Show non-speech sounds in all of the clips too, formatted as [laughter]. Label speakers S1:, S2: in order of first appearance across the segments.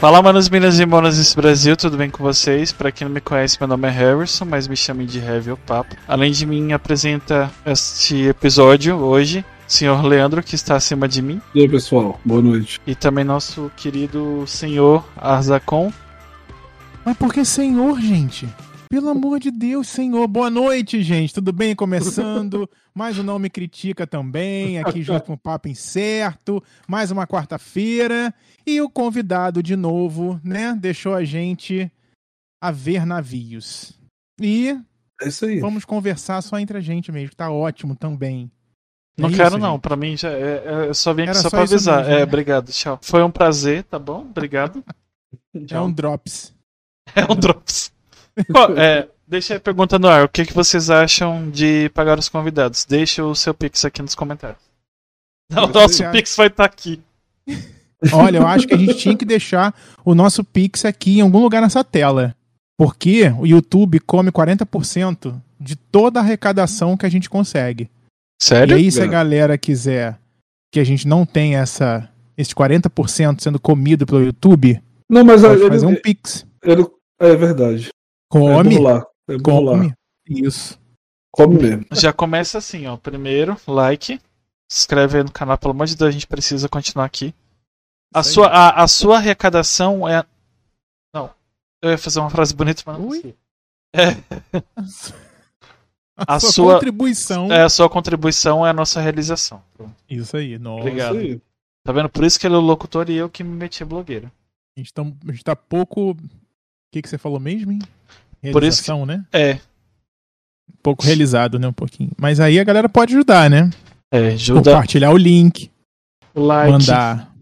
S1: Fala, manos, minas e monas desse Brasil, tudo bem com vocês? Pra quem não me conhece, meu nome é Harrison, mas me chamem de Heavy ou Papo. Além de mim, apresenta este episódio hoje, senhor Leandro, que está acima de mim,
S2: E aí, pessoal, boa noite.
S1: e também nosso querido senhor Arzacon.
S3: Mas por que senhor, gente? Pelo amor de Deus, senhor. Boa noite, gente. Tudo bem? Começando. Mais um Não Me Critica também, aqui junto com o Papo Incerto. Mais uma quarta-feira. E o convidado, de novo, né? Deixou a gente a ver navios. E
S2: É isso aí.
S3: vamos conversar só entre a gente mesmo, que tá ótimo também. É
S1: Não
S3: isso,
S1: quero,
S3: gente?
S1: não, pra mim já. É, é- eu só vim aqui
S3: Era
S1: só,
S3: só
S1: pra
S3: isso
S1: avisar.
S3: mesmo,
S1: é,
S3: né?
S1: obrigado, tchau. Foi um prazer, tá bom? Obrigado.
S3: É um drops.
S1: É um drops. Ó, é, deixa a pergunta no ar. O que, que vocês acham de pagar os convidados? Deixa o seu pix aqui nos comentários. Não, o nosso
S3: Obrigado.
S1: pix vai estar aqui.
S3: Olha, eu acho que a gente tinha que deixar o nosso Pix aqui em algum lugar nessa tela. Porque o YouTube come 40% de toda a arrecadação que a gente consegue. E
S1: Sério? É.
S3: aí, se a
S2: Verdade.
S3: galera quiser que a gente não tenha essa, esse 40% sendo comido pelo YouTube,
S2: Não, mas
S3: pode
S2: ele,
S3: fazer um Pix.
S2: ele- é verdade. É
S3: Come,
S2: burlar. É burlar.
S3: come. Isso.
S2: Come mesmo.
S1: Já começa assim, ó. Primeiro, like. Se inscreve aí no canal, pelo amor de Deus, a gente precisa continuar aqui. A
S3: Isso aí.
S1: sua, a, a sua arrecadação é. Não. Eu ia fazer uma frase bonita, mas não
S3: Ui.
S1: consegui. É,
S3: A,
S1: A
S3: sua,
S1: sua-
S3: contribuição.
S1: é, a sua contribuição é a nossa realização. Pronto.
S3: Isso aí. Nossa.
S1: Obrigado.
S2: É isso aí.
S1: Tá vendo? Por isso que ele é o locutor e eu que me meti blogueiro.
S3: A gente tá, a gente tá pouco. O que, que você falou mesmo, hein?
S1: Por isso que-
S3: Realização, né?
S1: É,
S3: pouco realizado, né? Um pouquinho. Mas aí a galera pode ajudar, né?
S1: é, ajuda
S3: Compartilhar o link,
S1: o like.
S3: mandar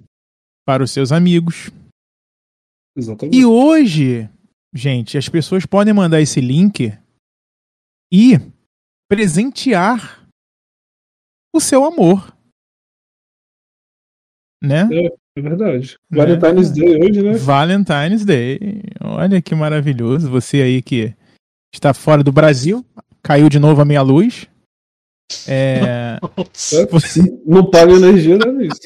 S3: para os seus amigos.
S2: Exatamente.
S3: E hoje, gente, as pessoas podem mandar esse link e presentear o seu amor. Né?
S2: É verdade.
S3: É.
S2: Valentine's Day hoje, né?
S3: Valentine's Day. Olha que maravilhoso. Você aí que está fora do Brasil, caiu de novo a meia luz. É,
S1: Nossa,
S3: você-
S2: Não paga energia, né? Isso.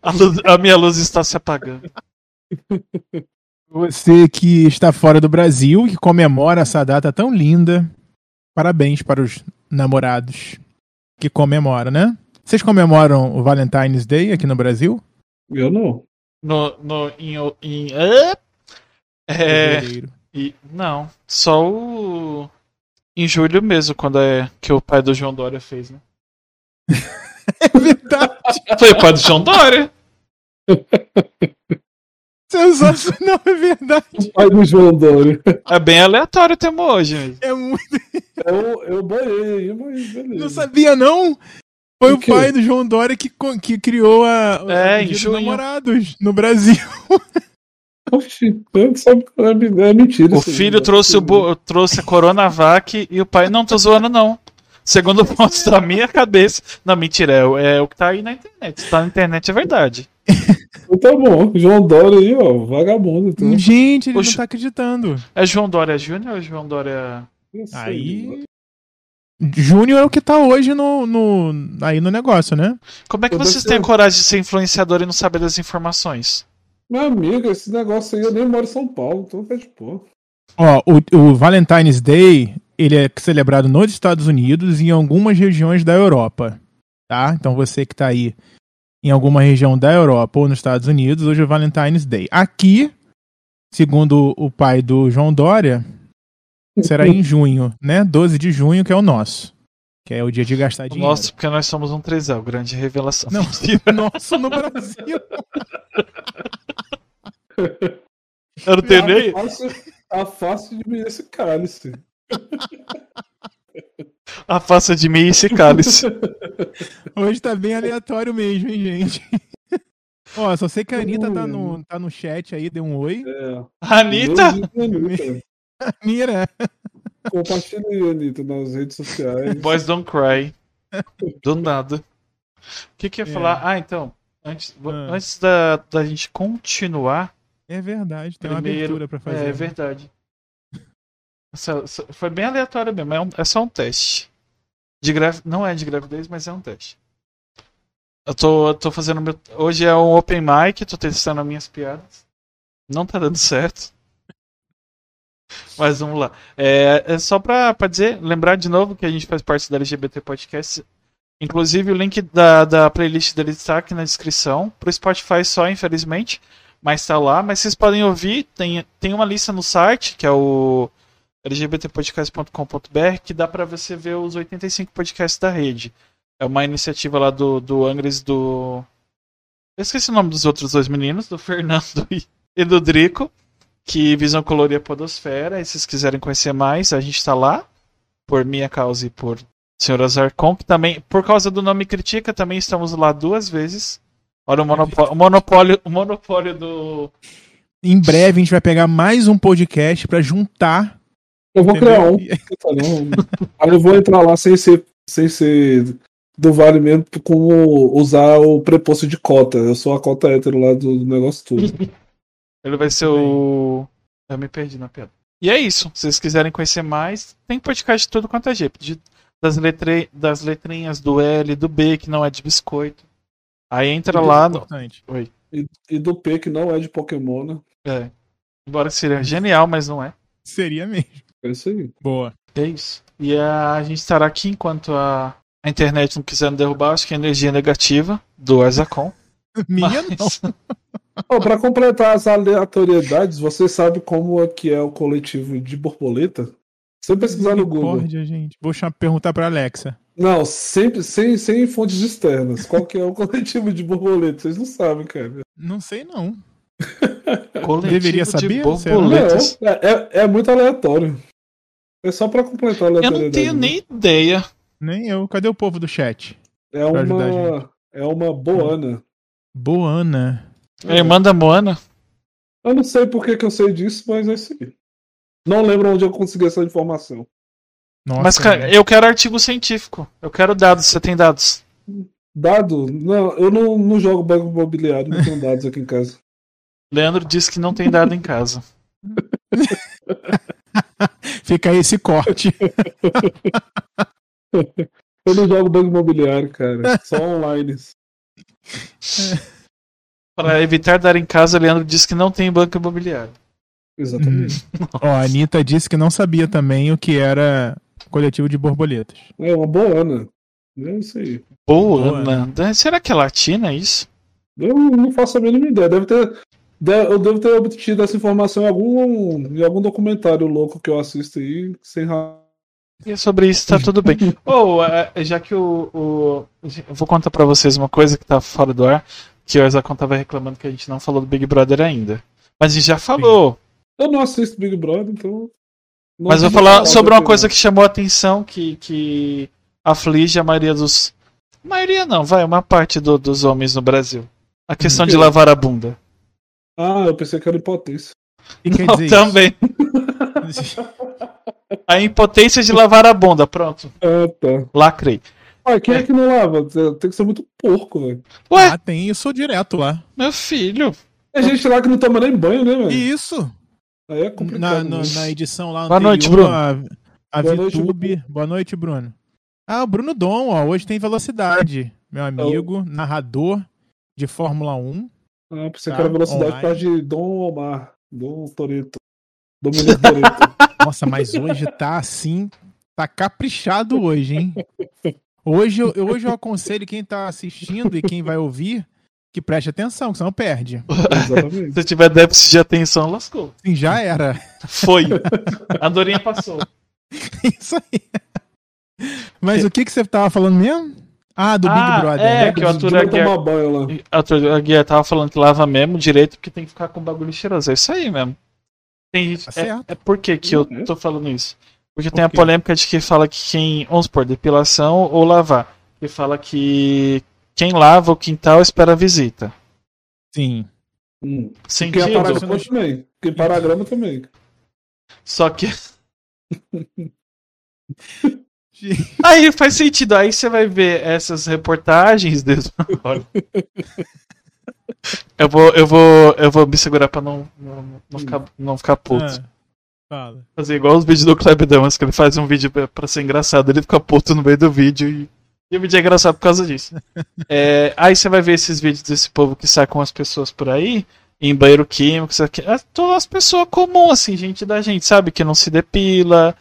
S1: A, luz- a minha luz está se apagando.
S3: Você que está fora do Brasil e que comemora essa data tão linda, parabéns para os namorados que comemoram, né? Vocês comemoram o Valentine's Day aqui no Brasil?
S2: Eu não.
S1: No, no, em, o- em, é? É,
S3: Fevereiro. [laughs]
S1: e, não, só o em julho mesmo, quando é que o pai do João Dória fez, né?
S3: É verdade.
S1: Foi o pai do João Dória?
S3: [laughs] Sensacional, é verdade.
S2: O pai do João Dória.
S1: É bem aleatório o tema hoje. mesmo.
S3: É muito...
S2: Eu, eu banhei, mas beleza.
S3: Não sabia, não? Foi
S2: O
S3: o,
S2: quê?
S3: pai do João Dória que, co- que criou a, o
S1: É, em
S3: Dia dos
S1: junho.
S3: namorados no Brasil.
S2: Oxi, eu não sabe, é, é mentira.
S1: O
S2: isso aí,
S1: filho
S2: né?
S1: trouxe, o bo- trouxe a Coronavac e o pai. Não, tô zoando, não. Segundo [laughs] pontos da minha cabeça. Não, mentira, é, o- é o que tá aí na internet. Se tá na internet é verdade.
S2: Tá bom. João Dória aí, ó. Vagabundo. Então.
S3: Gente, ele
S1: Poxa.
S3: não tá acreditando.
S1: É João Dória Júnior ou João Dória.
S2: Isso
S3: Aí. Júnior é o que tá hoje no, no- aí no negócio, né?
S1: Como é que
S2: Eu
S1: vocês
S2: gostei.
S1: têm a coragem de ser influenciador e não saber das informações?
S2: Meu amigo, esse negócio aí eu nem moro em São Paulo, então tá de porra.
S3: Ó, o, o Valentine's Day, ele é celebrado nos Estados Unidos e em algumas regiões da Europa, tá? Então você que tá aí em alguma região da Europa ou nos Estados Unidos, hoje é Valentine's Day. Aqui, segundo o pai do João Dória, será em junho, né? 12 de junho, que é o nosso. Que é o dia de gastar dinheiro.
S1: Nossa, porque nós somos um 3L, grande revelação.
S3: Não.
S1: Mentira.
S3: nosso no Brasil.
S1: [laughs] Eu não tenho
S2: é
S1: nem.
S2: Afaste- Afaste tá de mim esse né, cálice.
S1: Afasta de mim esse
S3: [laughs]
S1: cálice.
S3: Hoje tá bem aleatório mesmo, hein, gente? Ó, só sei que a Anitta tá no, tá no chat aí, deu um oi.
S2: É.
S1: Anitta!
S2: Meu Deus, Anitta.
S3: Mira,
S2: Compartilha aí, Anitta, nas redes sociais.
S1: Boys don't
S3: [laughs]
S1: cry. Do nada. O que, que eu ia
S3: É.
S1: falar? Ah, então. Antes, vo-
S3: Ah.
S1: antes da, da gente continuar.
S3: é verdade, tem uma
S1: Primeiro,
S3: abertura pra fazer. né?
S1: É, é verdade. Essa- essa- foi bem aleatório mesmo. É, um- é só um teste. De gravi... Não é de gravidez, mas é um teste. Eu tô, eu tô fazendo meu. Hoje é um open mic, tô testando as minhas piadas. Não tá dando certo. Mas vamos lá. É, é só pra, pra dizer, lembrar de novo que a gente faz parte da LGBT Podcast. Inclusive, o link da, da playlist dele está aqui na descrição. Pro Spotify só, infelizmente. Mas tá lá. Mas vocês podem ouvir. Tem, tem uma lista no site, que é o lgbtpodcast.com.br, que dá pra você ver os 85 podcasts da rede. É uma iniciativa lá do, do Angres do. Eu esqueci o nome dos outros dois meninos, do Fernando [laughs] e, e do Drico, que visam colorir a Podosfera. E se vocês quiserem conhecer mais, a gente tá lá, por minha causa e por Senhor Azarcon, que também, por causa do nome Critica, também estamos lá duas vezes. Olha o, monopo- o monopólio, o monopólio do. [laughs]
S3: Em breve a gente vai pegar mais um podcast pra juntar.
S2: Eu vou
S3: entendeu?
S2: criar um.
S3: E- é
S2: Puta, não. Aí eu vou entrar lá sem ser, sem ser do Vale mesmo, como usar o preposto de cota. Eu sou a cota hétero lá do, do negócio tudo.
S1: Ele vai ser o. Eu me perdi na piada. E é isso. Se vocês quiserem conhecer mais, tem podcast de tudo quanto é jeito. De- das, letre, das letrinhas do L, do B, que não é de biscoito. Aí entra lá no.
S3: Importante.
S2: E, e do P, que não é de Pokémon, né?
S1: É. Embora seria genial, mas não é.
S3: Seria mesmo.
S2: É isso aí.
S3: Boa. [laughs]
S1: É isso. E a, a gente estará aqui enquanto a, a internet não quiser nos derrubar. Acho que a energia é negativa do Arzacon.
S3: Minha não.
S1: Mas-
S2: Ó, pra completar as aleatoriedades, você sabe como é que é o coletivo de borboleta? Sem pesquisar no Google.
S3: Misericórdia, gente. Vou chamar, perguntar pra Alexa.
S2: Não, sempre sem, sem fontes externas. Qual que é o [laughs] coletivo de borboleta? Vocês não sabem, cara.
S3: Não sei, não.
S1: [laughs] Coletivo
S3: Deveria
S1: de
S3: saber,
S2: Não,
S1: borboletas.
S2: é, é, é muito aleatório. É só pra completar a
S1: Eu
S2: aleatoriedade.
S1: não tenho
S2: né?
S1: nem ideia.
S3: Nem eu. Cadê o povo do chat?
S2: É
S3: pra ajudar a
S2: uma, é uma boana.
S3: Boana.
S1: A irmã da Moana.
S2: Eu não sei por que, que eu sei disso, mas é isso aí. Não lembro onde eu consegui essa informação.
S3: Nossa.
S1: Mas, cara,
S3: né?
S1: eu quero artigo científico. Eu quero dados. Você tem dados?
S2: Dado? Não, eu não, não jogo banco imobiliário, não tenho dados aqui em casa.
S1: Leandro disse que não tem dado em casa.
S3: Fica aí
S1: [laughs]
S3: esse corte.
S2: Eu não jogo banco imobiliário, cara. Só online.
S1: Para evitar dar em casa, Leandro disse que não tem banco imobiliário.
S2: Exatamente.
S3: Ó, a Anitta disse que não sabia também o que era coletivo de borboletas.
S2: É uma boana. É isso aí.
S1: Boa,
S3: Boa,
S1: Nanda. Será que é latina isso?
S2: Eu não faço a mínima ideia. Deve ter, de- eu devo ter obtido essa informação em algum, em algum documentário louco que eu assisto aí, sem ra-
S1: E é sobre isso tá tudo bem. Ou, eh, já que o, o- Eu vou contar pra vocês uma coisa que tá fora do ar, que o Exacon tava reclamando que a gente não falou do Big Brother ainda. Mas a gente já falou.
S2: Eu não assisto Big Brother, então. não
S1: Mas eu vou
S2: tenho
S1: falar
S2: nada
S1: sobre
S2: a
S1: uma
S2: opinar.
S1: coisa que chamou a atenção, que, que aflige a maioria dos. Maioria não, vai, uma parte do- dos homens no Brasil. A questão de lavar a bunda.
S2: Ah, eu pensei que era impotência.
S3: E quer
S1: Não,
S3: dizer
S1: também.
S3: isso?
S1: A impotência de lavar a bunda, pronto.
S2: Ah, tá.
S1: Lacrei.
S2: Ah, quem é que não lava? Tem que ser muito porco, velho.
S1: Ué,
S3: Ah, tem isso direto lá.
S1: meu filho.
S2: Tem gente lá que não toma nem banho, né, velho?
S3: E isso?
S2: Aí é
S3: Na,
S2: complicado.
S3: no-
S2: mesmo.
S3: na edição lá
S1: Boa noite,
S3: anterior, A, a
S2: Boa noite,
S3: VTube. Boa noite, Bruno. Ah, o Bruno Dom, ó, hoje tem velocidade. Meu amigo, narrador de Fórmula 1.
S2: Ah, pensei
S3: Tá,
S2: que era velocidade
S3: online.
S2: por causa de Dom Omar. Dom Toreto.
S1: [laughs]
S2: Dominic Toreto.
S3: Nossa, mas hoje tá assim, tá caprichado hoje, hein? Hoje eu, eu- hoje eu aconselho quem tá assistindo e quem vai ouvir que preste atenção, que senão perde.
S2: Exatamente.
S1: Se tiver déficit de atenção, lascou.
S3: Assim, já era. [laughs]
S1: Foi. A Dorinha passou.
S3: Isso aí. Mas o que, que você tava falando mesmo? Ah, do
S1: Ah,
S3: Big Brother.
S1: é,
S3: né?
S1: que o ator
S2: Devia
S1: Aguiar-
S2: tomar banho lá.
S1: A, tua- a Guia tava falando que lava mesmo direito, porque tem que ficar com o bagulho cheiroso. É isso aí mesmo. Tem gente.
S3: Tá
S1: é-
S3: certo.
S1: É por que, que eu
S2: Uhum.
S1: tô falando isso? Porque
S3: Por
S1: tem a
S3: quê?
S1: polêmica de que fala que quem. Vamos supor, depilação ou lavar. Que fala que quem lava o quintal espera a visita.
S3: Sim.
S2: Hum. Quem
S1: Sentido.
S2: aparagrama também. Quem paragrama também.
S1: Só que. Aí faz sentido. Aí você vai ver essas reportagens.
S3: [laughs]
S1: Deus, olha. Eu vou, eu vou, eu vou me segurar pra não, não, não ficar, não ficar puto.
S3: Ah, fala.
S1: Fazer igual os vídeos do Kleber Damas, que ele faz um vídeo pra- pra ser engraçado, ele fica puto no meio do vídeo e E o vídeo é engraçado por causa disso. É, aí você vai ver esses vídeos desse povo que sai com as pessoas por aí, em banheiro químico, isso aqui. É todas as pessoas comuns, assim, gente da gente, sabe? Que não se depila.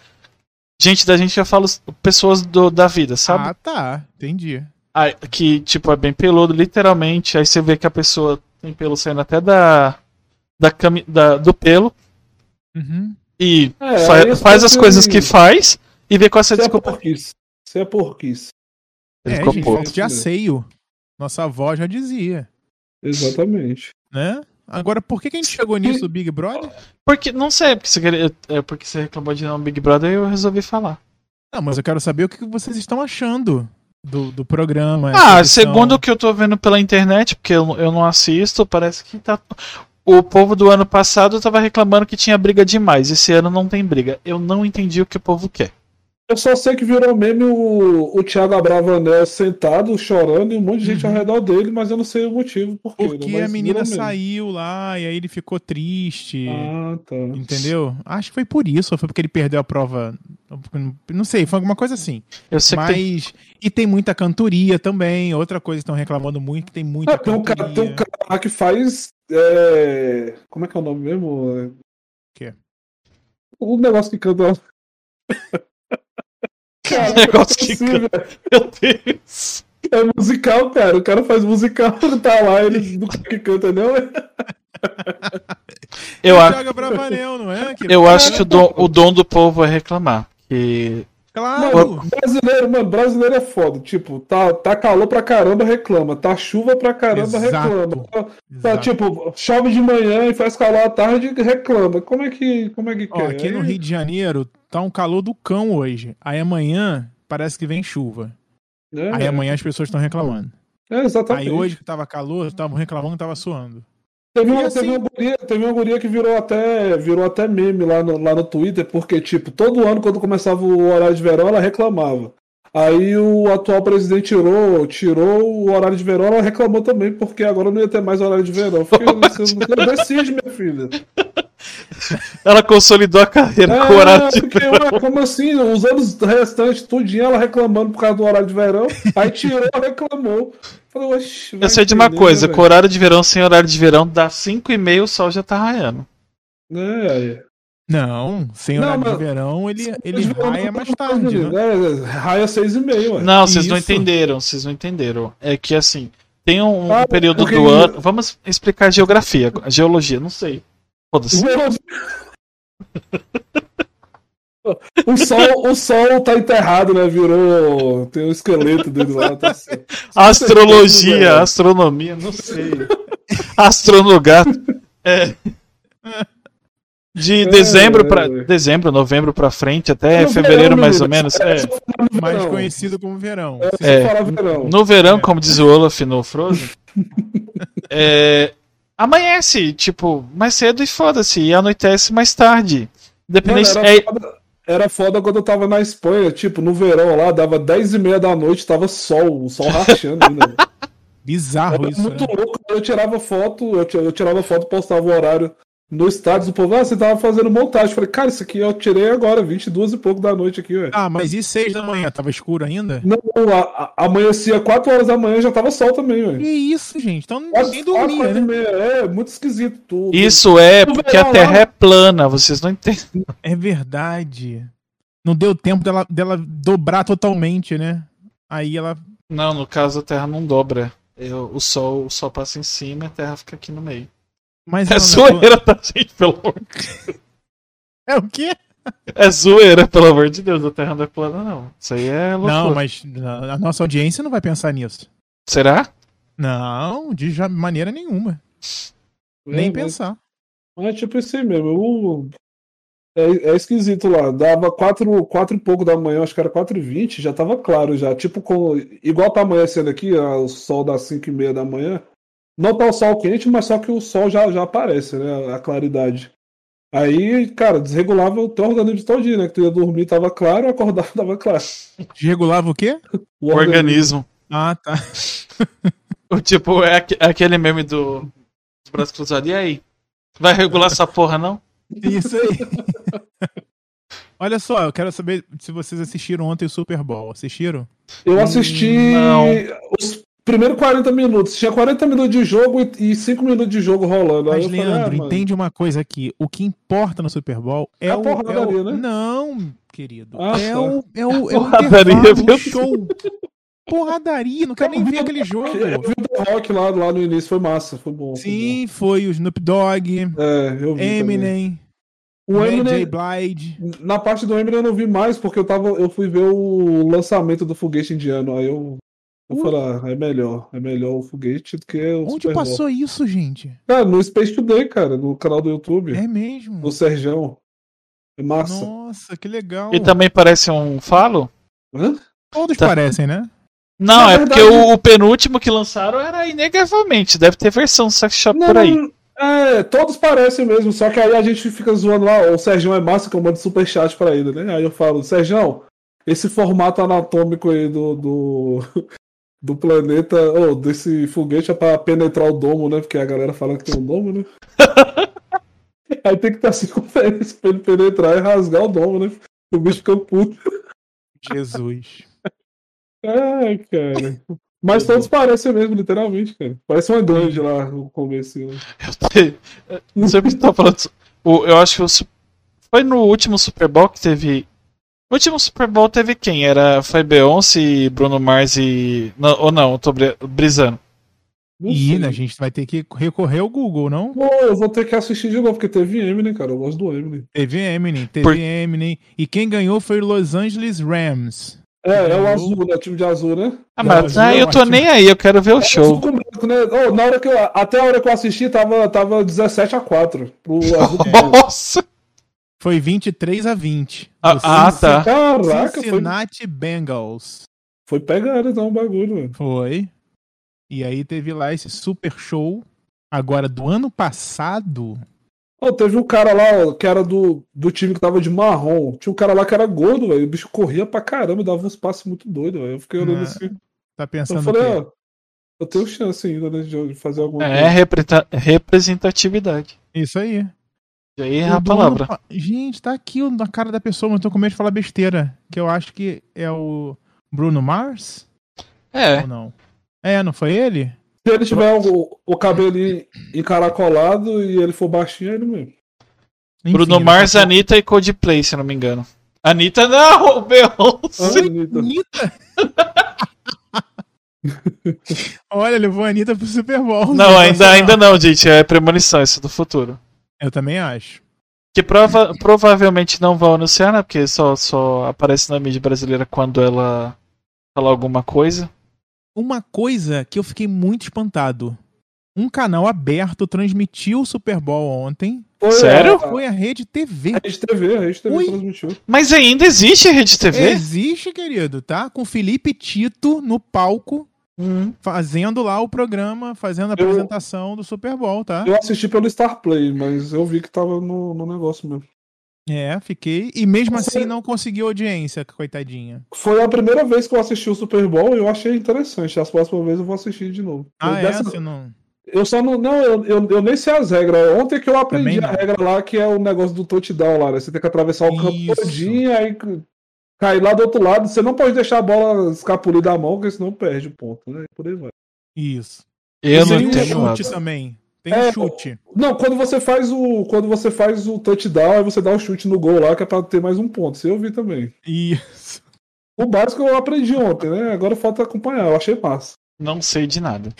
S1: Gente da gente, que eu falo pessoas do, da vida, sabe?
S3: Ah, tá. Entendi.
S1: Aí, que, tipo, é bem peludo, literalmente. Aí você vê que a pessoa tem pelo saindo até da, da, cami- da- do pelo.
S3: Uhum.
S1: E
S2: É,
S1: fa-
S2: aí eu
S1: faz as
S2: sei
S1: coisas
S2: que-
S1: que faz e vê com essa
S2: Você é
S1: desculpa.
S2: porquice. Você é porquice.
S1: Ele
S3: É,
S1: ficou
S3: gente,
S1: puto.
S3: falta de asseio. Nossa avó já dizia,
S2: Exatamente.
S3: né? Agora, por que, que a gente chegou nisso do Big Brother?
S1: Porque, não sei, porque você, queria- é porque você reclamou de não Big Brother e eu resolvi falar.
S3: Não, mas eu quero saber o que que vocês estão achando do, do
S2: É,
S3: programa. essa
S1: Ah,
S3: edição.
S1: segundo o que eu tô vendo pela internet, porque eu, eu não assisto, parece que tá. O povo do ano passado tava reclamando que tinha briga demais. Esse ano não tem briga. Eu não entendi o que o povo quer.
S2: Eu só sei que virou meme o, o Thiago Abravanel sentado, chorando, e um monte de gente ao redor dele, mas eu não sei o motivo por quê. né?
S3: Porque
S2: Mas
S3: a
S2: virou
S3: menina
S2: meme.
S3: saiu lá e aí ele ficou triste.
S2: Ah, tá.
S3: Entendeu? Acho que foi por isso, ou foi porque ele perdeu a prova. Não sei, foi alguma coisa assim.
S1: Eu sei que tem-
S3: Mas. E tem muita cantoria também. Outra coisa que estão reclamando muito, que tem muita
S2: Ah, tem, um cara, tem
S3: cantoria.
S2: um cara lá que faz. é, Como é que é o nome mesmo? É...
S3: Quê?
S2: O negócio que canta. Cara,
S1: [laughs]
S2: não é
S1: um negócio que
S2: possível.
S1: Meu Deus.
S2: É musical, cara. O cara faz musical, [laughs] ele tá lá, ele não sabe que canta, não. é?
S1: Eu, a-
S3: Joga pra Vanel, não é? Que-
S1: eu acho que o dom, o dom do povo é reclamar. Que
S3: Claro!
S2: Brasileiro, mano, brasileiro é foda. Tipo, tá, tá calor pra caramba, reclama. Tá chuva pra caramba,
S3: Exato.
S2: reclama. Tá,
S3: Exato.
S2: tipo, chove de manhã e faz calor à tarde, reclama. Como é que, como é que
S3: Ó, aqui no Rio de Janeiro tá um calor do cão hoje. Aí amanhã parece que vem chuva.
S2: né?
S3: Aí amanhã as pessoas estão reclamando.
S2: É, exatamente.
S3: Aí hoje que tava calor, estavam reclamando que tava suando.
S2: Teve
S3: E
S2: uma,
S3: assim-
S2: teve, uma guria, teve uma guria que virou até, virou até meme lá no, lá no Twitter, porque, tipo, todo ano, quando começava o horário de verão, ela reclamava. Aí o atual presidente tirou, tirou o horário de verão, ela reclamou também, porque agora não ia ter mais horário de verão. Eu
S1: [laughs]
S2: Fiquei, você, você decide, minha filha.
S1: ela consolidou a carreira
S2: É.
S1: com o horário de
S2: porque, ué, como assim? Os anos restantes, tudinho, ela reclamando por causa do horário de verão. Aí tirou, reclamou. Falei, oxe, vai
S1: Eu sei de uma
S2: entender,
S1: coisa,
S2: né,
S1: com horário de verão sem horário de verão, dá 5 e meia o sol já tá raiando.
S2: velho? É, é.
S3: Não, sem
S2: Não,
S3: horário de
S2: mas-
S3: verão ele, ele
S2: Mas verão
S3: raia
S2: não
S3: mais
S2: tá
S3: tarde,
S2: fazendo,
S3: né?
S2: né? Raia seis e meio, ué.
S1: Não, vocês não
S3: Isso.
S1: entenderam, vocês não entenderam. É que assim, tem um, um
S2: Ah,
S1: período
S2: porque-
S1: do ano. Vamos explicar a geografia, a geologia, não sei. Foda-se.
S2: [laughs] O sol, o sol tá enterrado, né? Virou. Tem um esqueleto dele lá. Tá...
S1: Astrologia, astronomia, não sei.
S2: [laughs]
S1: Astronogato. É. De
S2: É,
S1: dezembro para
S2: é.
S1: dezembro, novembro pra frente, até
S2: No
S1: fevereiro
S2: verão,
S1: mais ou
S2: menino.
S1: menos. é.
S3: Mais
S2: Não.
S3: conhecido como verão.
S2: É,
S3: Você-
S2: se falar verão.
S1: No verão, como diz o Olaf no Frozen, é, amanhece, tipo, mais cedo e foda-se, e anoitece mais tarde. Independente.
S2: Mano, era,
S1: é-
S2: foda, era foda quando eu tava na Espanha, tipo, no verão lá, dava 10 e meia da noite, tava sol, o sol rachando ainda. né?
S3: Bizarro
S2: Era
S3: isso,
S2: É muito
S3: né?
S2: louco, eu tirava foto, eu, ti- eu tirava foto, postava o horário no estádio do povo, ah, você tava fazendo montagem. Eu Falei, cara, isso aqui eu tirei agora, 22 e pouco da noite aqui, velho.
S3: Ah, mas e seis da manhã? Tava escuro ainda?
S2: Não, a, a, amanhecia 4 horas da manhã já tava sol também,
S3: Que
S2: velho.
S3: isso, gente? Então ninguém
S2: Quatro- quatro,
S3: dormia,
S2: quatro e
S3: né?
S2: meia, É, muito esquisito tudo.
S1: Isso é
S2: No
S1: porque a
S2: verão
S1: Terra
S2: lá-
S1: é plana, vocês não entendem.
S3: É verdade. Não deu tempo dela, dela dobrar totalmente, né? Aí ela.
S1: Não, no caso a Terra não dobra. Eu- o, sol, o sol passa em cima e a Terra fica aqui no meio.
S3: Mas
S1: É
S3: ela-
S1: zoeira, tá, gente? Pelo amor de
S3: É o quê?
S1: É zoeira, pelo amor de Deus. A Terra não é plana, não. Isso aí é loucura.
S3: Não, mas na- a nossa audiência não vai pensar nisso.
S1: Será?
S3: Não, de ja- maneira nenhuma.
S2: É,
S3: Nem
S2: mas-
S3: pensar.
S2: É tipo isso aí mesmo. eu- É, é esquisito lá. Dava quatro, quatro e pouco da manhã, acho que era 4 e 20 já tava claro já. Tipo, com, igual tá amanhecendo aqui, ah, o sol das 5 e meia da manhã. Não tá o sol quente, mas só que o sol já, já aparece, né? A claridade. Aí, cara, desregulava o teu organismo todinho, né? Que tu ia dormir, tava claro, acordava, [laughs] tava claro.
S3: Regulava o quê?
S2: O
S1: O organismo.
S3: Ah, tá. [laughs]
S1: [laughs] O tipo, é aque- aquele meme do dos braços cruzados. E aí? Vai regular essa porra, não?
S3: Isso aí. [laughs] Olha só, eu quero saber se vocês assistiram ontem o Super Bowl. Assistiram?
S2: Eu assisti
S1: Não.
S2: os primeiros 40 minutos. Tinha 40 minutos de jogo e- e 5 minutos de jogo rolando. Aí
S3: Mas,
S2: eu falei,
S3: Leandro,
S2: ah, mano,
S3: entende uma coisa aqui. O que importa no Super Bowl é,
S2: É a
S3: o,
S2: porradaria,
S3: é o-
S2: né?
S3: Não, querido.
S2: Ah,
S3: é,
S2: tá.
S3: o, é o. É o
S1: [laughs] Porradaria,
S3: intervalo,
S1: meu
S3: o show. Porradaria, não quero nem ver
S2: [laughs]
S3: aquele jogo.
S2: Eu vi o The Rock lá, lá no início, foi massa, foi bom. foi
S3: Sim, foi o Snoop Dogg,
S2: bom. É, eu vi. também.
S3: Eminem,
S2: O
S3: Mary
S2: Eminem.
S3: J. Blige.
S2: Na parte do Eminem eu não vi mais, porque eu tava. Eu fui ver o lançamento do foguete indiano. Aí eu. Eu
S3: Ui.
S2: falei, ah, é melhor. É melhor o foguete do que o.
S3: Onde
S2: Super Bowl.
S3: passou isso, gente?
S2: Cara, no Space Today, cara, no canal do YouTube.
S3: É mesmo.
S2: Do Serjão. É massa.
S3: Nossa, que legal.
S1: E também parece um falo?
S2: Hã?
S3: Todos
S1: tá-
S3: parecem, né?
S1: Não,
S2: Na
S1: é
S2: verdade-
S1: porque o, o penúltimo que lançaram era inegavelmente. Deve ter versão do sex shop Tá por aí.
S2: É, todos parecem mesmo, só que aí a gente fica zoando lá, o Serjão é massa que eu mando superchat pra ele, né? Aí eu falo, Serjão, esse formato anatômico aí do, do, [laughs] do planeta, ou desse foguete é pra penetrar o domo, né? Porque a galera fala que tem
S1: [laughs]
S2: um domo, né? aí tem que estar circunferência pra ele penetrar e rasgar o domo, né? O bicho fica puto.
S3: Jesus.
S2: Ai, cara. Mas todos parecem mesmo, literalmente, cara. Parece uma grande lá no começo. né?
S1: [laughs] Eu te- eu sempre tô tá falando. isso. O- Eu acho que o su- foi no último Super Bowl que teve. O último Super Bowl teve quem? Era foi Beyoncé, Bruno Mars e não, ou não? Eu tô bri- brisando.
S2: Não
S3: E né,
S2: sei.
S1: né,
S3: a gente vai ter que recorrer ao Google, não?
S2: Pô, eu vou ter que assistir de novo, porque teve Eminem, cara. Eu gosto do Eminem.
S3: Teve Eminem, teve
S1: Por-
S3: Eminem. E quem ganhou foi Los Angeles Rams.
S2: É, é o
S3: Ganhou.
S2: azul, né? Time de azul, né?
S1: Ah,
S3: Não,
S1: mas
S3: não,
S1: ah, eu tô
S3: ótimo.
S1: nem aí. Eu quero ver o
S2: Azul
S1: show.
S2: com branco, né? Ô, na hora que eu, até a hora que eu assisti, tava, tava 17 a 4 pro
S3: [laughs]
S2: azul. com branco.
S1: Nossa.
S3: Foi 23 a 20.
S1: Ah,
S3: Do
S1: ah,
S3: Cinci-
S1: tá.
S2: Caraca, foi,
S3: Cincinnati Bengals.
S2: foi pegado então o bagulho, velho.
S3: Foi. E aí teve lá esse super show. Agora, do ano passado.
S2: Ô, teve um cara lá ó, que era do, do time que tava de marrom. Tinha um cara lá que era gordo, velho. O bicho corria pra caramba, dava uns passos muito doidos, velho. Eu fiquei olhando
S3: Ah,
S2: assim.
S3: Tá
S2: Eu
S3: pensando o
S2: falei,
S3: quê?
S2: ó, eu tenho chance ainda, né, de de fazer alguma
S1: É repreta- representatividade.
S3: Isso aí.
S1: E aí é
S3: O
S1: a
S3: do ano
S1: palavra.
S3: pa- Gente, tá aqui na cara da pessoa, mas eu tô com medo de falar besteira. Que eu acho que é o Bruno Mars?
S1: É.
S3: Ou não? É, não foi ele?
S2: Se ele tiver o, o cabelo encaracolado e ele for baixinho, é ele mesmo.
S3: Enfim,
S1: Bruno
S3: ele
S1: Mars, é
S3: tá-
S1: Anitta e Coldplay, se eu não me engano. Anitta não, [laughs] o Beyoncé.
S2: Ah, Anitta.
S3: Anitta? Olha, levou a Anitta pro Super Bowl.
S1: Não, ainda, ainda não, gente. É premonição, isso é do futuro.
S3: Eu também acho.
S1: Que prova- provavelmente não vão anunciar, né? Porque só, só aparece na mídia brasileira quando ela falar alguma coisa.
S3: Uma coisa que eu fiquei muito espantado. Um canal aberto transmitiu o Super Bowl ontem.
S2: Foi
S1: Sério?
S2: A,
S3: Foi a Rede TV.
S2: a Rede TV, a Rede TV
S3: Ui.
S2: transmitiu.
S1: Mas ainda existe a Rede TV?
S3: Existe, querido, tá? Com Felipe Tito no palco,
S1: Hum.
S3: fazendo lá o programa, fazendo a
S2: Eu-
S3: apresentação do Super Bowl, tá?
S2: Eu assisti pelo Star Play, mas eu vi que tava no, no negócio mesmo.
S3: É, fiquei. E mesmo
S2: Você-
S3: assim não conseguiu audiência, coitadinha.
S2: Foi a primeira vez que eu assisti o Super Bowl e eu achei interessante. As próximas vezes eu vou assistir de novo.
S3: Ah,
S2: eu,
S3: é?
S2: dessa-
S3: Você não.
S2: eu só não. Não, eu, eu, eu nem sei as regras. Ontem que eu aprendi
S3: Também não.
S2: a regra lá, que é o negócio do touchdown lá, né? Você tem que atravessar o campo
S3: Isso.
S2: todinho, aí cair lá do outro lado. Você não pode deixar a bola escapulir da mão, porque senão perde o ponto, né? Por aí vai.
S3: Isso.
S1: Eu não
S3: tem um
S1: entendo
S3: chute
S1: nada.
S3: também. Tem
S2: É,
S3: um chute.
S2: Não, quando você faz o quando você faz o touchdown, aí você dá o chute no gol lá que é pra ter mais um ponto. Isso eu vi também.
S3: [laughs] Isso.
S2: O básico eu aprendi ontem, né? Agora falta acompanhar. Eu achei massa.
S1: Não sei de nada.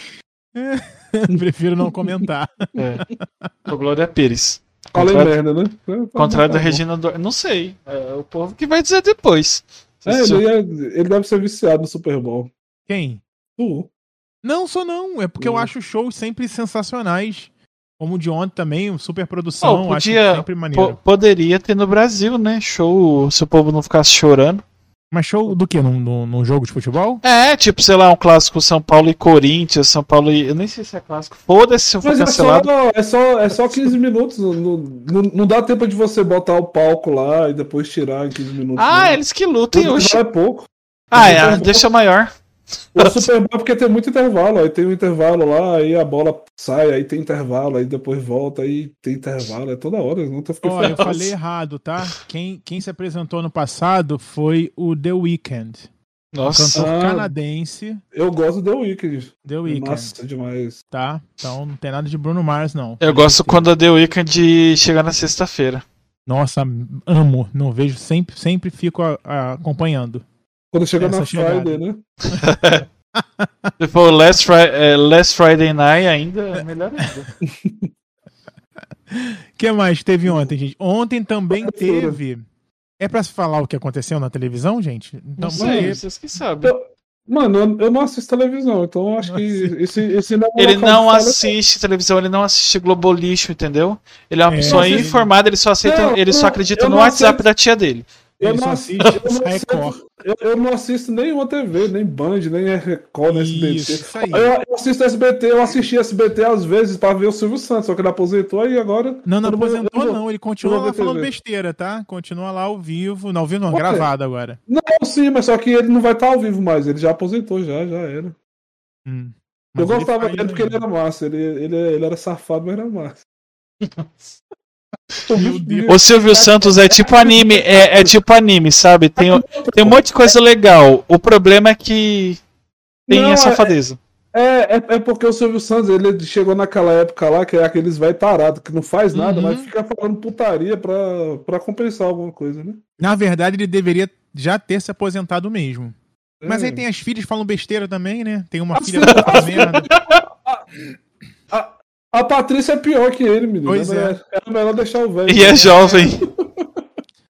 S3: Prefiro não comentar.
S1: É.
S3: [laughs]
S1: Sou Glória Pires.
S2: Falei
S1: Contra-
S2: merda, né? É, tá
S1: Contrário
S2: bom,
S1: da
S2: tá
S1: Regina Duarte. Não sei. É o povo que vai dizer depois.
S2: bom. É, ele, é- ele deve ser viciado no Super Bowl.
S3: Quem?
S2: Tu.
S3: Não, sou não. É porque eu
S2: Hum.
S3: acho shows sempre sensacionais. Como o de ontem também, um super produção.
S1: Pô,
S3: acho
S1: podia-
S3: sempre maneiro.
S1: Po- poderia ter no Brasil, né? Show, se o povo não ficasse chorando.
S3: Mas show do quê? Num, num, num jogo de futebol?
S1: É, tipo, sei lá, um clássico São Paulo e Corinthians, São Paulo e. Eu nem sei se é clássico. Foda-se se eu for
S2: Mas é
S1: cancelado.
S2: só, é, só, é só 15 minutos. Não, não, não dá tempo de você botar o palco lá e depois tirar em 15 minutos.
S1: Ah,
S2: né?
S1: eles que lutem.
S2: o
S1: Oxi.
S2: intervalo é pouco.
S1: Ah, é, ah, deixa maior.
S2: O Super Bowl é porque tem muito intervalo. Aí tem um intervalo lá, aí a bola sai, aí tem intervalo, aí depois volta, aí tem intervalo. É toda hora. Não tô ficando
S3: Ó, eu falei errado, tá? Quem, quem se apresentou no passado foi o The Weeknd.
S1: Nossa.
S3: Cantor
S2: Ah.
S3: canadense,
S2: Eu gosto do The Weeknd. é
S3: The Weeknd,
S2: Massa demais.
S3: tá? Então não tem nada de Bruno Mars, não.
S1: Eu gosto quando a The Weeknd chega na sexta-feira.
S3: Nossa, amo, não vejo, sempre, sempre fico a- a- acompanhando.
S2: Quando chega
S3: Essa
S2: na
S3: chegada.
S2: Friday, né?
S1: Se for Last, Fri eh, Last Friday Night ainda, é melhor ainda.
S3: O que mais teve
S2: Hum.
S3: ontem, gente? Ontem também
S2: Quarta-feira.
S3: teve. É pra se falar o que aconteceu na televisão, gente? Então,
S1: Não
S3: peraí.
S1: sei, vocês que sabem.
S2: Mano, eu- eu não assisto televisão, então eu acho que esse, esse não é um
S1: Ele
S2: local
S1: não
S2: de fala-
S1: assiste televisão, ele não assiste Globolixo, entendeu? Ele é uma
S3: É.
S1: pessoa
S3: Não,
S1: informada, ele só aceita,
S2: não,
S1: ele só
S2: não,
S1: acredita
S2: eu
S1: no
S2: não
S1: WhatsApp
S2: aceito.
S1: da tia dele.
S2: Eu
S3: Ele
S2: não
S3: só
S2: assi-
S3: assiste
S2: eu não assisto-
S3: Record.
S2: Eu, eu não assisto nenhuma TV, nem Band, nem Record, nem
S3: Isso,
S2: SBT.
S3: isso aí.
S2: Eu, eu assisto SBT, eu assisti SBT às vezes pra ver o Silvio Santos, só que ele aposentou e agora.
S3: Não, não
S2: eu vou-
S3: aposentou,
S2: eu vou-
S3: não. Ele continua
S2: eu vou
S3: lá
S2: ver
S3: falando
S2: TV.
S3: besteira, tá? Continua lá ao vivo. Não, ao vivo não,
S2: Ok.
S3: gravado agora.
S2: Não, sim, mas só que ele não vai estar ao vivo mais, ele já aposentou, já, já era.
S3: Hum.
S2: eu
S3: Mas ele
S2: gostava
S3: faz
S2: dele porque ele
S3: ainda.
S2: era massa, ele, ele, ele era safado, mas era massa.
S3: Meu Deus.
S1: O Silvio Santos é tipo anime, é, é tipo anime, sabe? Tem, tem um monte de coisa legal. O problema é que tem
S2: Não,
S1: a safadeza.
S2: É, é, é porque o Silvio Santos ele chegou naquela época lá que é aqueles vai tarado que não faz nada,
S1: Uhum.
S2: mas fica falando putaria pra, pra compensar alguma coisa, né?
S3: Na verdade, ele deveria já ter se aposentado mesmo. Mas aí
S2: É.
S3: tem as filhas que falam besteira também, né? Tem uma
S2: As
S3: filha que
S2: [laughs]
S3: fala merda.
S2: A Patrícia é pior que ele, menino.
S3: Pois é.
S2: Era- Era melhor deixar o velho.
S1: E é jovem.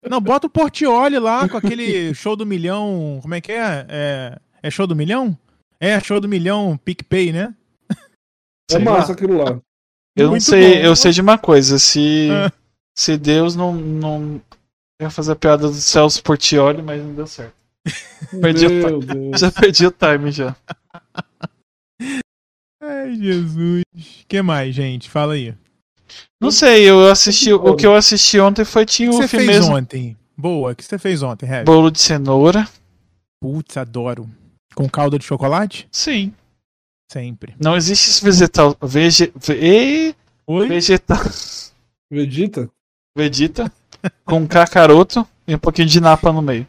S3: Não, bota o Portioli lá com aquele show do milhão. Como é que é? É, é show do milhão? É, show do milhão, PicPay, né?
S2: É
S1: sei
S2: massa aquilo
S1: [laughs]
S2: lá.
S1: Eu não
S3: Muito
S1: sei,
S3: bom.
S1: eu sei de uma coisa, se
S3: Ah.
S1: se Deus não não eu ia fazer a piada do Celso Portioli, mas não deu certo. Perdi o
S2: Meu Deus.
S1: Já perdi o time já.
S3: [laughs] Ai, Jesus. O que mais, gente? Fala aí.
S1: Não sei, eu assisti, o que eu assisti ontem foi Tim
S3: O que você
S1: Wolf
S3: fez
S1: mesmo.
S3: ontem? Boa, o que você fez ontem, Heavy?
S1: Bolo de cenoura.
S3: Putz, adoro. Com calda de chocolate?
S1: Sim.
S3: Sempre.
S1: Não existe esse vegetal vege, ve,
S3: Oi?
S1: vegetal
S2: Vegeta?
S1: vegeta com cacaroto e um pouquinho de napa no meio.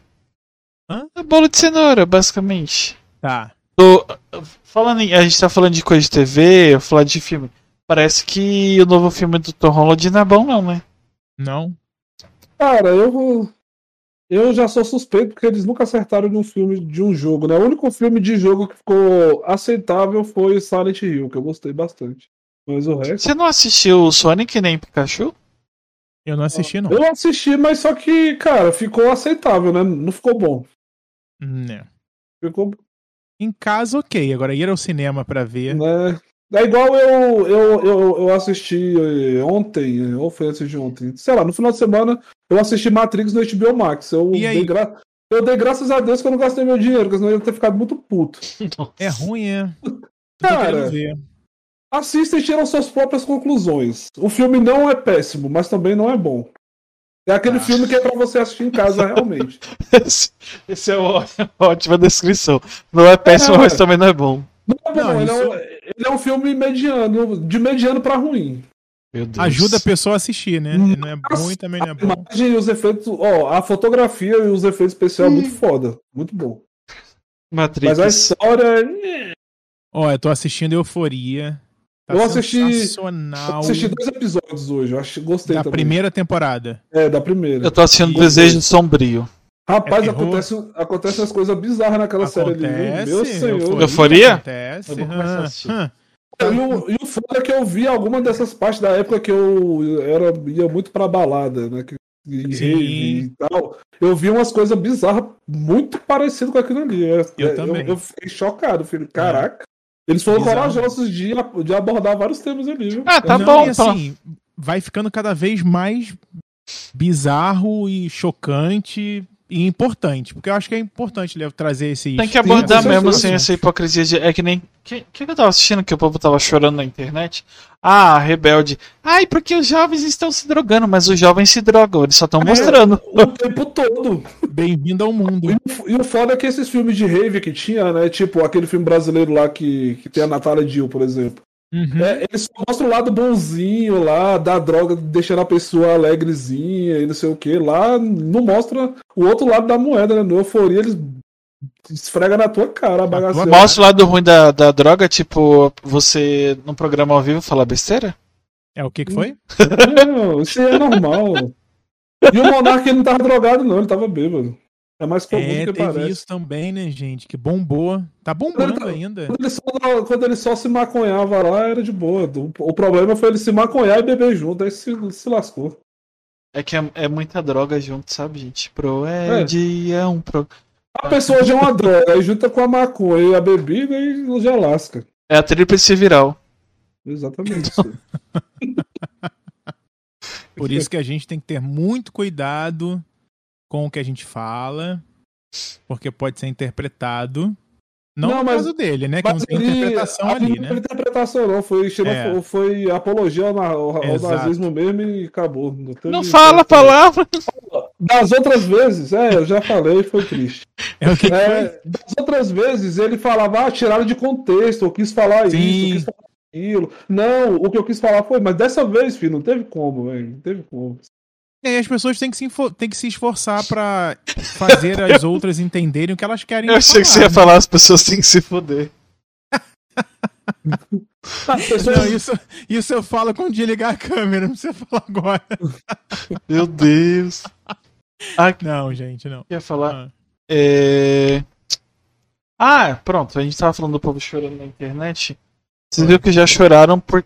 S3: Hã?
S1: É bolo de cenoura, basicamente.
S3: Tá.
S1: Tô- falando em- a gente tá falando de coisa de TV, falar de filme. Parece que o novo filme do Tom Holland não é bom, não, né?
S3: Não?
S2: Cara, eu vou. Eu já sou suspeito porque eles nunca acertaram num filme de um jogo, né? O único filme de jogo que ficou aceitável foi Silent Hill, que eu gostei bastante. Mas o resto.
S1: Você não assistiu o Sonic nem Pikachu?
S3: Eu não assisti, não.
S2: Eu assisti, mas só que, cara, ficou aceitável, né? Não ficou bom.
S3: Né.
S2: Ficou
S3: Em casa, ok. Agora, ir ao cinema pra ver.
S2: Né? É igual eu, eu, eu, eu assisti eh, ontem, eh, ou foi antes de ontem, sei lá, no final de semana eu assisti Matrix no HBO Max. Eu,
S3: E aí?
S2: dei, gra... eu dei graças a Deus que eu não gastei meu dinheiro, porque senão eu ia ter ficado muito puto.
S3: É ruim, é. Eu tô
S2: Cara.
S3: querendo ver.
S2: Assista e tiram suas próprias conclusões. O filme não é péssimo, mas também não é bom. É aquele
S3: Ah.
S2: filme que é pra você assistir em
S3: [laughs]
S2: casa, realmente.
S1: [laughs] Esse, esse é uma [laughs] ótima descrição. Não é péssimo,
S2: Não.
S1: mas também não é bom.
S2: Não é bom,
S3: Não,
S2: ele, é um,
S3: isso-
S2: ele é um filme mediano, de mediano pra ruim.
S1: Meu Deus.
S3: Ajuda a pessoa a assistir, né?
S2: Nossa.
S3: Não é bom e também não é
S2: A
S3: bom.
S2: imagem e os efeitos, ó, a fotografia e os efeitos especiais é muito foda, muito bom.
S1: Matrix.
S2: Mas a
S3: é
S2: história. é
S3: Ó, eu tô assistindo Euforia. Tá
S2: Eu assisti- Eu
S3: sensacional
S2: assisti dois episódios hoje, eu acho, gostei
S3: da
S2: também.
S3: primeira temporada.
S2: É, da primeira.
S1: Eu tô assistindo Desejo Sombrio.
S2: Rapaz,
S3: É terror?
S2: acontece, acontece umas coisas bizarras naquela série ali. viu?
S3: Acontece.
S2: Meu senhor.
S1: Euforia?
S3: Acontece.
S1: Eu vou começar a assistir.
S3: Hã, hã.
S2: E o, e o foda é que eu vi alguma dessas partes da época que eu era, ia muito pra balada, né? Que, e
S3: Sim.
S2: rave e tal. Eu vi umas coisas bizarras muito parecidas com aquilo ali. É,
S3: Eu
S2: é,
S3: também. É.
S2: Eu, fiquei chocado, filho. Caraca. Eles foram
S3: Bizarro.
S2: corajosos de, de abordar vários temas ali, viu?
S1: Ah, tá
S3: Não,
S1: bom,
S3: e
S1: então.
S3: assim, vai ficando cada vez mais bizarro e chocante e importante, porque eu acho que é importante né, trazer esse
S1: Tem que abordar
S2: sim,
S1: mesmo assim,
S2: sim,
S1: sem
S2: sim.
S1: essa hipocrisia de. É que nem. O que, que eu tava assistindo que o povo tava chorando na internet? Ah, rebelde. Ai, porque os jovens estão se drogando, mas os jovens se drogam, eles só estão [laughs] mostrando.
S2: O tempo todo.
S3: Bem-vindo ao mundo.
S2: E o foda é que esses filmes de rave que tinha, né? Tipo aquele filme brasileiro lá que, que tem a Natália Dill, por exemplo.
S3: Uhum.
S2: É, eles só mostram o lado bonzinho lá, da droga, deixando a pessoa alegrezinha e não sei o que. Lá não mostra o outro lado da moeda, né? No euforia, eles esfrega na tua cara a bagaceira.
S1: Mostra o lado ruim da, da droga, tipo, você num programa ao vivo falar besteira?
S3: É o que que foi?
S2: Não, isso aí é normal. E o Monark ele não tava drogado, não, ele tava bêbado. É mais comum
S3: É,
S2: do que
S3: teve
S2: parece.
S3: isso também, né, gente? Que bombou. Tá bombando ainda.
S2: Quando ele, só, quando ele só se maconhava lá, era de boa. O, o problema foi ele se maconhar e beber junto, aí se, se lascou.
S1: É que é, é muita droga junto, sabe, gente? Pro Ed é, um pro...
S3: Ah.
S2: A pessoa já é uma droga, aí junta com a maconha e a bebida e já lasca.
S1: É a tríplice viral.
S2: Exatamente.
S3: [laughs] Por isso que a gente tem que ter muito cuidado com o que a gente fala, porque pode ser interpretado. Não,
S2: Não,
S3: no
S2: mas-
S3: caso dele, né? Que não tem interpretação
S2: a-
S3: ali,
S2: Não
S3: né?
S2: foi interpretação, não. Foi, xenofo-
S3: É.
S2: foi apologia ao, na- ao- ao
S3: Exato.
S2: nazismo mesmo e acabou. Não, teve-
S1: Não fala a palavra!
S2: Das outras vezes, é, eu já falei, foi triste.
S3: É o que que foi?
S2: É, das outras vezes ele falava, ah, tiraram de contexto, eu quis falar isso,
S3: Sim.
S2: eu quis falar aquilo. Não, o que eu quis falar foi, mas dessa vez, filho, não teve como, velho. Não teve como.
S3: E aí as pessoas têm que se, info- têm que se esforçar pra fazer as outras entenderem o que elas querem
S1: Eu achei que você ia
S3: né?
S1: falar, as pessoas têm que se foder.
S2: As pessoas,
S3: Ah, né? Não, isso, isso eu falo quando desligar a câmera, não precisa falar agora.
S1: Meu Deus. Ah, que
S3: Não, gente, não.
S1: eu ia falar?
S3: Ah.
S1: É... Ah, pronto. A gente tava falando do povo chorando na internet. Vocês viram que já choraram por.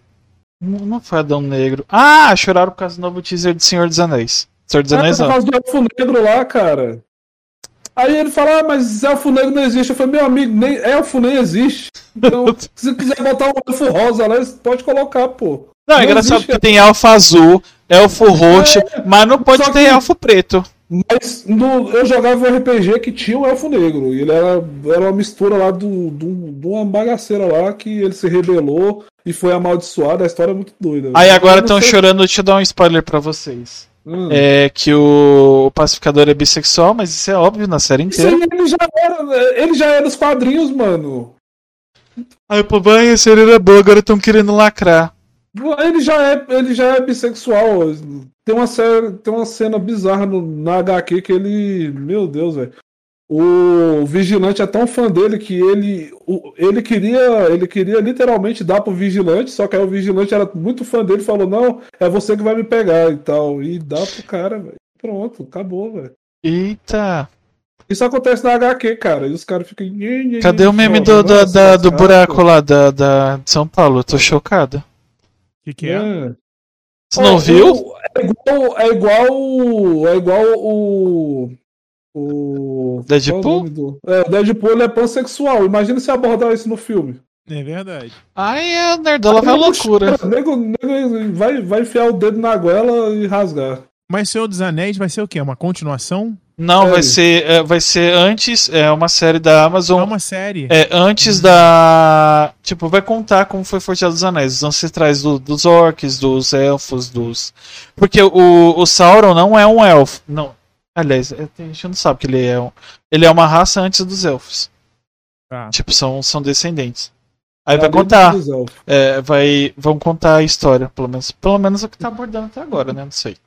S1: Não não foi Adão Negro. Ah, choraram por causa do novo teaser de Senhor dos Anéis. Senhor
S3: é
S1: dos
S2: Ah,
S1: Anéis
S2: por
S1: não.
S2: causa do elfo negro lá, cara. Aí ele fala, ah, mas elfo negro não existe. Eu falei, meu amigo, nem, elfo nem existe.
S3: [laughs]
S2: Então, se você quiser botar um elfo rosa lá, você pode colocar, pô.
S1: Não, é
S2: Não
S1: engraçado
S2: existe, É,
S1: porque tem elfo azul, elfo roxo, mas não pode
S2: Só
S1: ter
S2: que-
S1: elfo preto.
S2: Mas no- eu jogava um RPG que tinha um elfo negro. E ele era, era uma mistura lá do, do, de uma bagaceira lá que ele se rebelou e foi amaldiçoado. A história é muito doida.
S1: Aí
S2: Eu
S1: agora
S2: não
S1: estão
S2: sei-
S1: chorando, deixa eu dar um spoiler pra vocês.
S2: Hum.
S1: É que o, o pacificador é bissexual, mas isso é óbvio na série
S2: Isso
S1: inteira.
S2: aí ele já era. Ele já era nos quadrinhos, mano. é-
S1: Aí o povo, "Ai, a série era boa, agora estão querendo lacrar.
S2: Ele já é, ele já é bissexual. Tem uma, série, tem uma cena bizarra no, na HQ que ele. Meu Deus, velho. O vigilante é tão fã dele que ele, o- ele queria ele queria literalmente dar pro vigilante, só que aí o vigilante era muito fã dele e falou: Não, é você que vai me pegar e tal. E dá pro cara, velho. Pronto, acabou, velho.
S1: Eita.
S2: Isso acontece na HQ, cara. E os caras ficam. "Nhê, nhê,
S1: Cadê
S2: nhê",
S1: o meme do,
S2: chorando,
S1: do, da- do
S2: nossa,
S1: buraco
S2: cara.
S1: lá da, da de São Paulo? Eu tô chocado.
S3: O que, que é?
S2: É.
S1: Você não
S2: É,
S1: viu?
S2: o- É igual, é igual, o- é igual o. O.
S1: Deadpool?
S2: qual é o nome do- É, o Deadpool ele é pansexual. Imagina se abordar isso no filme.
S3: É verdade.
S1: Ai, é, a nerdola vai à
S2: Nego
S1: loucura.
S2: chora, Nego, nego vai, vai enfiar o dedo na goela e rasgar.
S3: Mas Senhor dos Anéis vai ser o quê? Uma continuação?
S1: Não, vai
S2: Sério?
S1: ser, é, vai ser antes, é uma série da
S3: é
S1: Amazon.
S3: uma série.
S1: É, antes da. Tipo, vai contar como foi Forjado dos Anéis, os ancestrais do- dos orcs, dos elfos, dos. Porque o, o Sauron não é um elfo. Não. Aliás, é, tem gente que não sabe que ele é um. Ele é uma raça antes dos elfos.
S3: Tá.
S1: Tipo, são, são descendentes. Aí vai
S2: Na Bíblia
S1: contar.
S2: dos elfos.
S1: É, vai, vão contar a história, pelo menos. Pelo menos é o que tá abordando até agora, né? Não sei.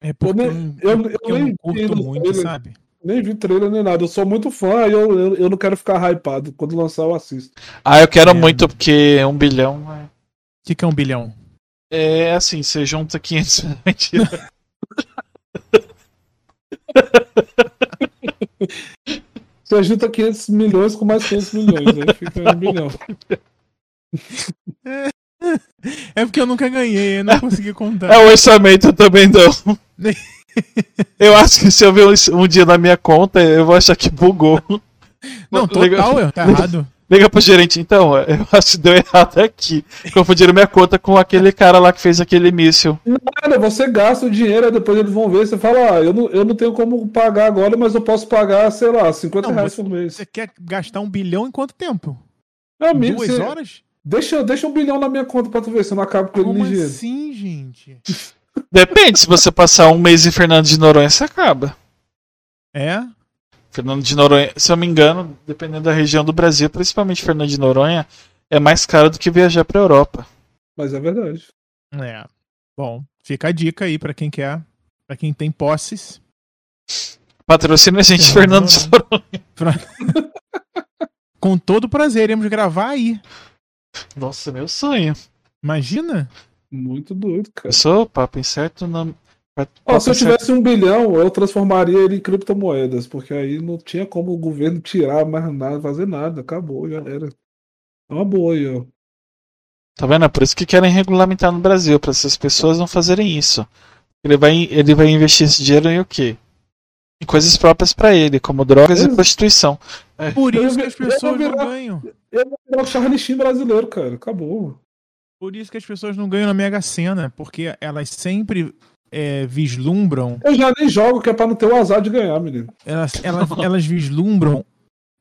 S3: É porque
S2: Eu
S3: eu,
S2: nem-
S3: eu,
S2: eu-
S3: porque
S2: eu
S3: eu
S2: nem
S3: não
S2: vi
S3: curto
S2: no
S3: muito,
S2: trailer.
S3: sabe?
S2: Nem vi trailer nem nada. Eu sou muito fã e eu, eu, eu não quero ficar hypado. Quando lançar, eu assisto.
S1: Ah, eu quero
S3: É.
S1: muito, porque um bilhão. é-
S3: O que, que é um bilhão?
S1: É assim, você junta [laughs] 500. Mentira.
S2: Você junta 500 tá milhões com mais 500 milhões. Aí fica um bilhão.
S3: É porque eu nunca ganhei, eu [laughs] não consegui contar.
S1: É o orçamento também não. [laughs] Eu acho que se eu ver um- um dia na minha conta, eu vou achar que [laughs] bugou.
S3: não,
S1: Liga,
S3: total, eu, [laughs] tá errado.
S1: liga pro gerente, então, eu acho que deu errado aqui. Confundiram minha conta com aquele cara lá que fez aquele míssil.
S2: Cara, você gasta o dinheiro, aí depois eles vão ver, você fala, ah, eu não, eu não tenho como pagar agora, mas eu posso pagar, sei lá, 50
S3: Não,
S2: reais
S3: você-
S2: por mês.
S3: Você quer gastar um bilhão em quanto tempo?
S2: Meu amigo,
S3: Duas
S2: você-
S3: horas?
S2: Deixa, deixa um bilhão na minha conta pra tu ver, se eu não acabo com ele
S3: Como
S2: nem dinheiro.
S3: assim, gente?
S1: Depende, se você passar um mês em Fernando de Noronha, você acaba.
S3: É?
S1: Fernando de Noronha, se eu me engano, dependendo da região do Brasil, principalmente Fernando de Noronha, é mais caro do que viajar pra Europa.
S2: Mas é verdade.
S3: É. Bom, fica a dica aí pra quem quer, pra quem tem posses.
S1: Patrocina a gente, Fernando de Noronha.
S3: Com todo prazer, iremos gravar aí.
S1: Nossa, meu sonho.
S3: Imagina?
S2: Muito doido, cara.
S1: Pensou? Papo incerto na.
S2: Ó, se eu tivesse um bilhão, eu transformaria ele em criptomoedas, porque aí não tinha como o governo tirar mais nada, fazer nada, acabou, já era. É uma boa aí, ó.
S1: Tá vendo? É Por isso que querem regulamentar no Brasil, para essas pessoas não fazerem isso. Ele vai, ele vai investir esse dinheiro em o quê? Em coisas próprias para ele, como drogas e
S2: Ex-
S1: prostituição.
S3: Por
S2: Eu
S3: isso que
S2: vi-
S3: as
S2: eu
S3: pessoas
S2: vi
S3: não
S2: lá.
S3: ganham.
S2: Eu vou virar o Charlie Sheen brasileiro, cara, acabou.
S3: Por isso que as pessoas não ganham na Mega Sena, porque elas sempre é, vislumbram,
S2: Eu já nem jogo, que é pra não ter o azar de ganhar, menino.
S3: elas,
S1: [laughs]
S3: elas, elas vislumbram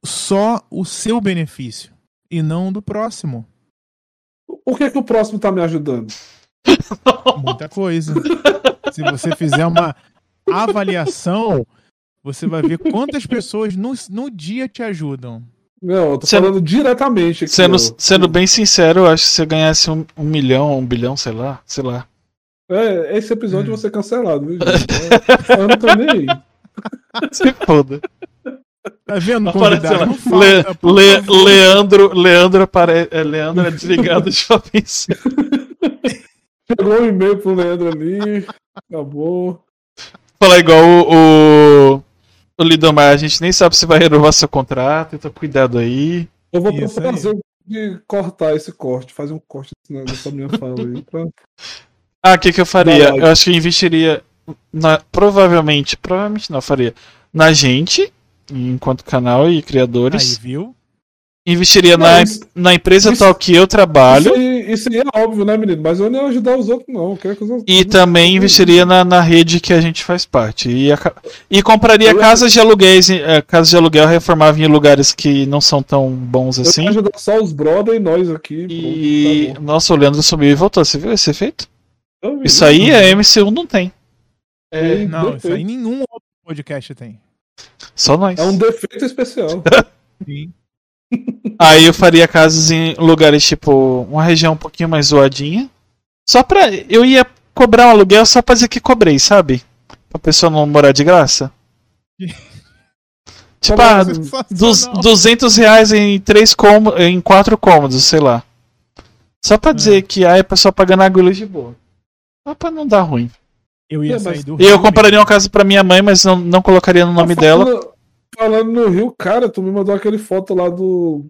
S3: só o seu benefício e não o do próximo.
S2: O que é que o próximo tá me ajudando?
S3: Muita coisa. Se você fizer uma avaliação, você vai ver quantas pessoas no, no dia te ajudam.
S2: Não, eu tô
S1: Você-
S2: falando diretamente aqui.
S1: Sendo,
S2: ó.
S1: sendo bem sincero, eu acho que se eu ganhasse um, um milhão, um bilhão, sei lá, sei lá.
S2: É, esse episódio
S3: Hum.
S2: vai ser cancelado, viu, gente? Eu não tô nem aí.
S1: [laughs] Se foda.
S3: Tá vendo?
S1: Aparece
S3: Convidado?
S1: lá.
S3: Não falta,
S1: Le-
S3: por
S1: Le-
S3: favor.
S1: Leandro, Leandro, apare... é, Leandro é desligado [laughs] de shopping center.
S2: Chegou um e-mail pro Leandro ali, acabou.
S1: Falar igual o, o, o Lidomar, a gente nem sabe se vai renovar seu contrato, então cuidado aí.
S2: Eu vou
S3: Isso aí.
S2: fazer de cortar esse corte, fazer um corte nessa minha fala aí. tá? pra-
S1: Ah, o que, que eu faria?
S2: Vai lá.
S1: Eu acho que eu investiria na, provavelmente, provavelmente não eu faria, na gente, enquanto canal e
S3: Aí,
S1: criadores.
S3: viu?
S1: Investiria
S2: Não,
S1: na,
S2: isso-
S1: na empresa
S2: isso-
S1: tal que eu trabalho.
S2: Isso, aí, isso aí é óbvio, né, menino? Mas eu não ia ajudar os outros, não. Eu quero que os outros...
S1: E também investiria na, na rede que a gente faz parte. E, a ca- e compraria
S2: Eu-
S1: casas de aluguéis, eh, casas de aluguel reformava em lugares que não são tão bons
S2: Eu
S1: assim.
S2: quero ajudar só os brother e nós aqui.
S1: E.
S2: pô, tá
S1: Nossa, o Leandro sumiu e voltou. Você viu esse efeito?
S2: bom. Então,
S1: Isso aí é a MC1 não tem.
S2: menino, é um
S3: Não, isso aí
S2: defeito.
S3: nenhum outro podcast tem.
S1: Só nós.
S2: É um defeito especial.
S3: Sim.
S1: [laughs] Aí eu faria casas em lugares tipo. Uma região um pouquinho mais zoadinha. Só pra. Eu ia cobrar um aluguel só pra dizer que cobrei, sabe? Pra pessoa não morar de graça. tipo, ah, Dos, 200 reais em três cômodos, em quatro cômodos, sei lá. Só pra dizer que ah, é pessoal pagando agulha de boa. Só pra não dar ruim.
S3: Eu ia
S2: Não,
S3: sair
S2: mas-
S3: do
S1: E eu
S3: Rio
S1: compraria uma casa pra minha mãe, mas não, não colocaria no nome dela.
S2: Tá Falando, falando no Rio, cara, tu me mandou aquele foto lá do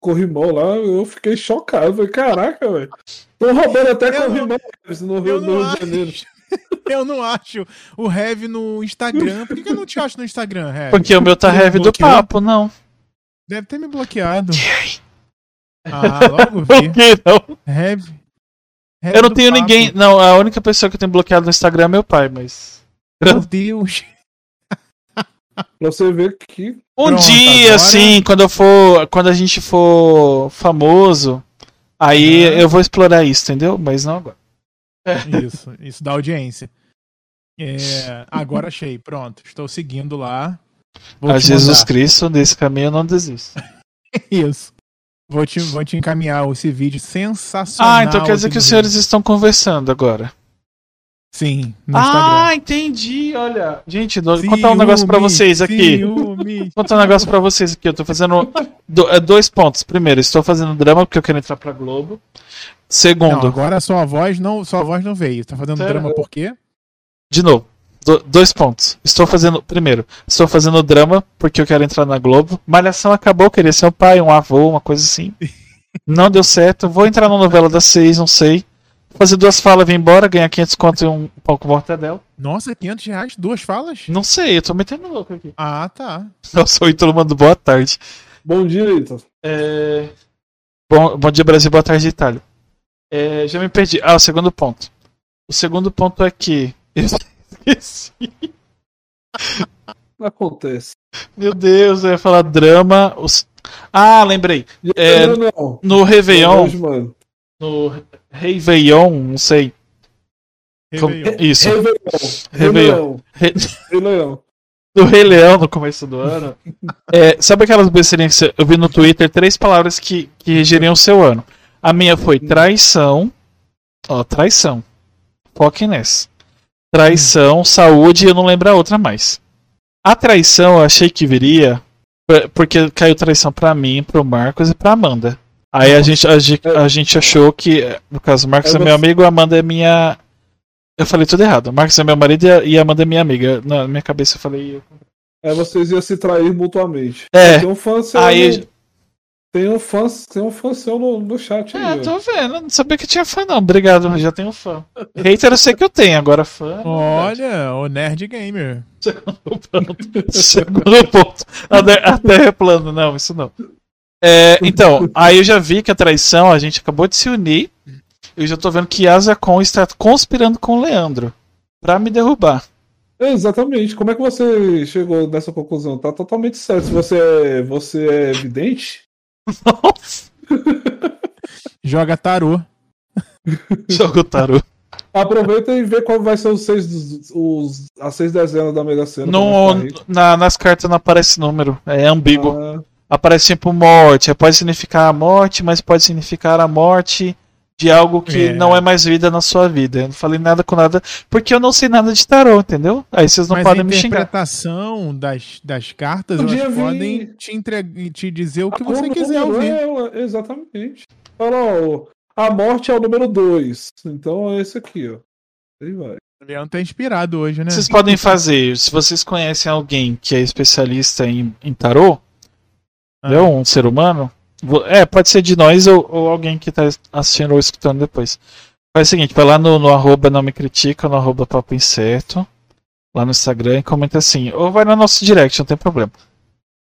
S2: Corrimão lá, eu fiquei chocado. Eu falei, caraca, velho. Tô roubando até
S3: Eu
S2: Corrimão Harris, no Rio,
S3: eu
S2: no
S3: não
S2: Rio de Janeiro.
S3: mesmo. [laughs] Eu não acho o Heavy no Instagram. Por que que eu não te acho no Instagram, Heavy?
S1: Porque o meu tá
S3: Você
S1: heavy do
S3: bloqueou?
S1: papo, não.
S3: [laughs] Deve ter me
S1: [laughs]
S3: bloqueado. Ah, logo
S1: Por
S3: vi.
S1: que não?
S3: Heavy. Heavy
S1: Eu não
S3: do
S1: tenho
S3: papo.
S1: ninguém. Não, a única pessoa que eu tenho bloqueado no Instagram é meu pai, mas.
S3: Meu Deus.
S2: Pra você ver que.
S1: Um
S3: Pronto,
S1: dia,
S3: agora-
S1: assim, quando eu for. Quando a gente for famoso, aí
S3: Aham.
S1: eu vou explorar isso, entendeu? Mas não agora.
S3: Isso, isso da audiência. É, agora achei, pronto. Estou seguindo lá. Vou
S1: a
S3: te
S1: Jesus
S3: mandar.
S1: Cristo, desse caminho eu não desisto.
S3: [laughs] Isso. Vou te, vou te encaminhar esse vídeo sensacional.
S1: Ah, então quer dizer
S3: aqui
S1: que
S3: no
S1: os
S3: Rio.
S1: senhores estão conversando agora.
S3: Sim, no Instagram.
S1: Ah, entendi, olha. Gente, vou contar um negócio pra vocês aqui.
S3: Ciúme.
S1: Vou contar um negócio pra vocês aqui. Eu tô fazendo do- é, dois pontos. Primeiro, estou fazendo drama porque eu quero entrar pra Globo.
S3: Não,
S1: Segundo,
S3: agora sua voz não, sua voz não veio. Tá fazendo
S1: Sério?
S3: drama por quê?
S1: de novo, do- dois pontos. Estou fazendo. Primeiro, estou fazendo drama porque eu quero entrar na Globo. Malhação acabou, eu queria ser um pai, um avô, uma coisa assim. Não deu certo. Vou entrar na novela das seis, não sei. Fazer duas falas, vir embora, ganhar 500 conto e um pão com mortadela.
S3: Nossa, 500 reais, duas falas?
S1: Não sei, eu tô metendo louco aqui. [laughs]
S3: Ah, tá.
S1: Nossa, o Ítalo manda boa tarde.
S2: Bom dia, Ita.
S1: É, Bom, bom dia, Brasil. Boa tarde, Itália. É, já me perdi. Ah, o segundo ponto. O segundo ponto é que. [laughs] Eu esqueci.
S2: Acontece.
S1: Meu Deus, eu ia falar drama. os- Ah, lembrei. É,
S2: Não, não.
S1: No Réveillon.
S2: Hoje, mano.
S1: No Réveillon, não sei. como-
S3: Réveillon.
S1: Isso. Réveillon.
S2: Réveillon.
S1: Re-
S2: Réveillon.
S1: Do Rei Leão no começo do ano. É, sabe aquelas besteirinhas que você- eu vi no Twitter? Três palavras que, que regeriam o seu ano. A minha foi
S2: Hum.
S1: traição. Ó, traição. Foquem nessa. Traição, saúde e eu não lembro a outra mais. A traição eu achei que viria p- porque caiu traição pra mim, pro Marcos e pra Amanda. Aí a gente, a, ge- a gente achou que, no caso, o Marcos
S2: Eu
S1: é meu
S2: não-
S1: amigo, a Amanda é minha. Eu falei tudo errado. O Marcos é meu marido e a- e a Amanda é minha amiga. Na minha cabeça eu falei.
S2: É, vocês iam se trair mutuamente.
S1: É.
S2: Tem um fã seu.
S1: Aí-
S2: no- Tem um fã, tem um fã seu no, no chat aí.
S1: É,
S2: ó.
S1: tô vendo. Não sabia que tinha fã, não. Obrigado, mas já tenho fã. Hater eu sei que eu tenho, agora fã.
S2: [laughs]
S3: Olha, o Nerd Gamer.
S1: Segundo ponto. [laughs] Segundo ponto. A ter- a terra é plana. Não, isso não. É, então, aí eu já vi que a traição, a gente acabou de se unir. Eu já tô vendo que Yasakon está conspirando com o Leandro pra me derrubar.
S2: É, Exatamente. Como é que você chegou nessa conclusão? Tá totalmente certo. Se você é, você é vidente,
S1: Nossa,
S3: Joga tarô.
S1: jogo o tarô.
S2: aproveita e vê qual vai ser os seis, dos- os, as seis dezenas da Mega Sena. é
S1: No,
S2: pra ficar rico.
S1: na- nas cartas não aparece número, é ambíguo.
S2: Ah,
S1: Aparece tipo morte, é, pode significar a morte, mas pode significar a morte de algo que
S3: É.
S1: não é mais vida na sua vida. Eu não falei nada com nada, porque eu não sei nada de tarô, entendeu? Aí vocês não
S3: Mas a
S1: podem me xingar. Um
S3: interpretação das, das cartas,
S2: Podia
S3: elas
S2: vir-
S3: podem te, entre... te dizer o que você
S2: o
S3: quiser
S2: número
S3: ouvir.
S2: é Ah, ela, exatamente. Olha lá, ó, a morte é o número dois. Então é esse aqui, ó. Aí vai.
S3: O Leandro tá inspirado hoje, né?
S1: Vocês podem fazer, se vocês conhecem alguém que é especialista em, em tarô,
S3: Ah.
S1: entendeu? um ser humano, vo- é, pode ser de nós ou, ou alguém que tá assistindo ou escutando depois. Faz o seguinte, vai lá no, no arroba não me critica, no arroba papo incerto, lá no Instagram e comenta assim, ou vai no nosso direct, não tem problema.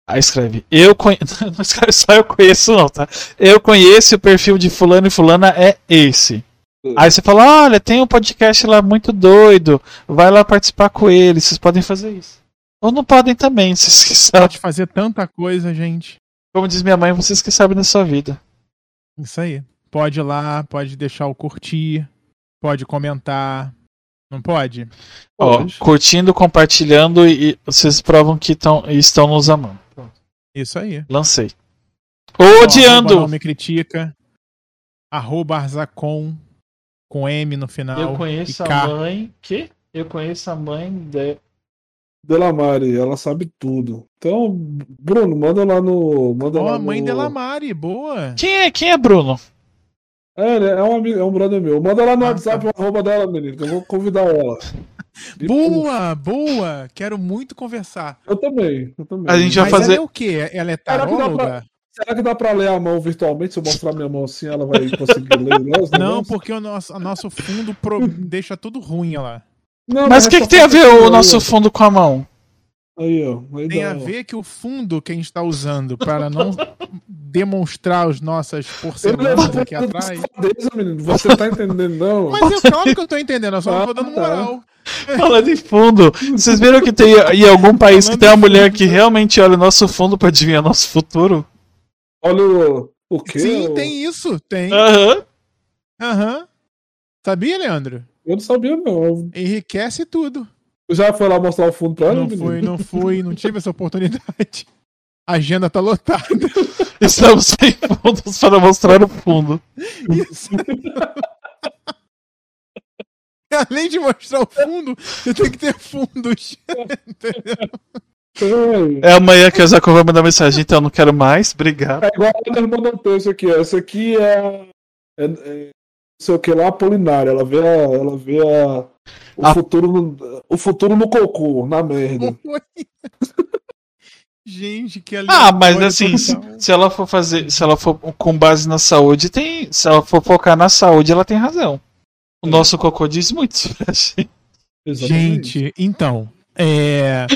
S1: Aí escreve, eu conheço, [laughs] não escreve só eu conheço não, tá? Eu conheço o perfil de fulano e fulana é esse.
S3: Hum.
S1: Aí você fala, olha, tem um podcast lá muito doido, vai lá participar com ele, vocês podem fazer isso. Ou não podem também, [laughs] vocês que sabem. tipo,
S3: Pode fazer tanta coisa, gente.
S1: Como diz minha mãe, vocês que sabem da sua vida.
S3: Isso aí. Pode ir lá, pode deixar o curtir, pode comentar. Não pode?
S1: Ó,
S2: Pode.
S1: curtindo, compartilhando e, e vocês provam que tão, estão nos amando.
S3: Isso aí.
S1: Lancei. Ou
S3: Ó, arroba não
S1: odiando!
S3: me critica. Arroba Arzacon. Com M no final. e K.
S1: mãe que? Eu conheço a mãe de...
S2: Delamare, ela sabe tudo. Então, Bruno, manda lá no. Manda
S3: Ó,
S2: lá
S3: a mãe
S2: no...
S3: Delamare, boa.
S1: Quem é? Quem é Bruno?
S2: É, né? É um amigo, é um brother meu. Manda lá no
S3: Ah,
S2: WhatsApp o arroba dela, menino, que eu vou convidar
S3: [laughs]
S2: ela. E, pô,
S3: Boa, boa. Quero muito conversar.
S2: Eu também, eu também.
S1: A gente vai
S3: Mas
S1: fazer-
S3: ela é o quê? Ela
S2: Será
S3: é
S2: que dá pra-
S3: taróloga?
S2: Será que dá pra ler a mão virtualmente? Se eu mostrar minha mão assim, ela vai conseguir ler
S3: [laughs]
S2: né, os
S3: Não,
S2: negócios?
S3: porque o nosso, o nosso fundo
S2: [laughs]
S3: pro- deixa tudo ruim olha lá.
S2: Não, é
S1: Mas o que,
S2: só
S1: que tem a ver
S2: aí,
S1: o
S2: ó.
S1: nosso fundo com a mão?
S2: Aí, ó. Aí
S3: Tem
S2: dá,
S3: a
S2: ó.
S3: ver que o fundo que a gente está usando para não demonstrar as nossas
S2: Eu não
S3: porcelanas
S2: levo
S3: aqui atrás.
S2: safadeza, menino. Você tá entendendo, não?
S3: Mas eu, claro que eu tô entendendo, eu só não tô dando
S2: Ah, tá.
S3: moral.
S1: Falando em fundo, vocês viram que tem em algum país que tem uma mulher que realmente olha o nosso fundo pra adivinhar nosso futuro?
S2: Olha o. O quê?
S3: Sim,
S2: Eu-
S3: tem isso, tem.
S1: Aham.
S3: Aham. Sabia, Leandro?
S2: Eu não sabia, não. Eu
S3: Enriquece tudo.
S2: já foi lá mostrar o fundo pra ela,
S3: Não
S2: menino?
S3: fui, não fui, não tive essa oportunidade. A agenda tá lotada.
S1: Estamos sem fundos para mostrar o fundo.
S3: Isso. [laughs] Além de mostrar o fundo, você tem que ter
S1: [laughs]
S3: fundos.
S2: Tem.
S1: É amanhã que a Jacob vai mandar mensagem, então eu não quero mais, obrigado.
S2: É igual a Ana mandou um texto aqui, ó. Essa aqui é, é, é não sei o que lá, Apolinária. Ela vê a, ela vê a, o,
S1: A-
S2: futuro no, o futuro no cocô, na merda.
S3: Oi. assim? [laughs] Gente, que
S1: Uhum. Ah,
S3: aleatório
S1: mas assim, se
S3: total.
S1: se ela for fazer, se ela for com base na saúde, tem. Se ela for focar na saúde, ela tem razão. O nosso cocô diz muito sobre a gente.
S3: Gente, então, é,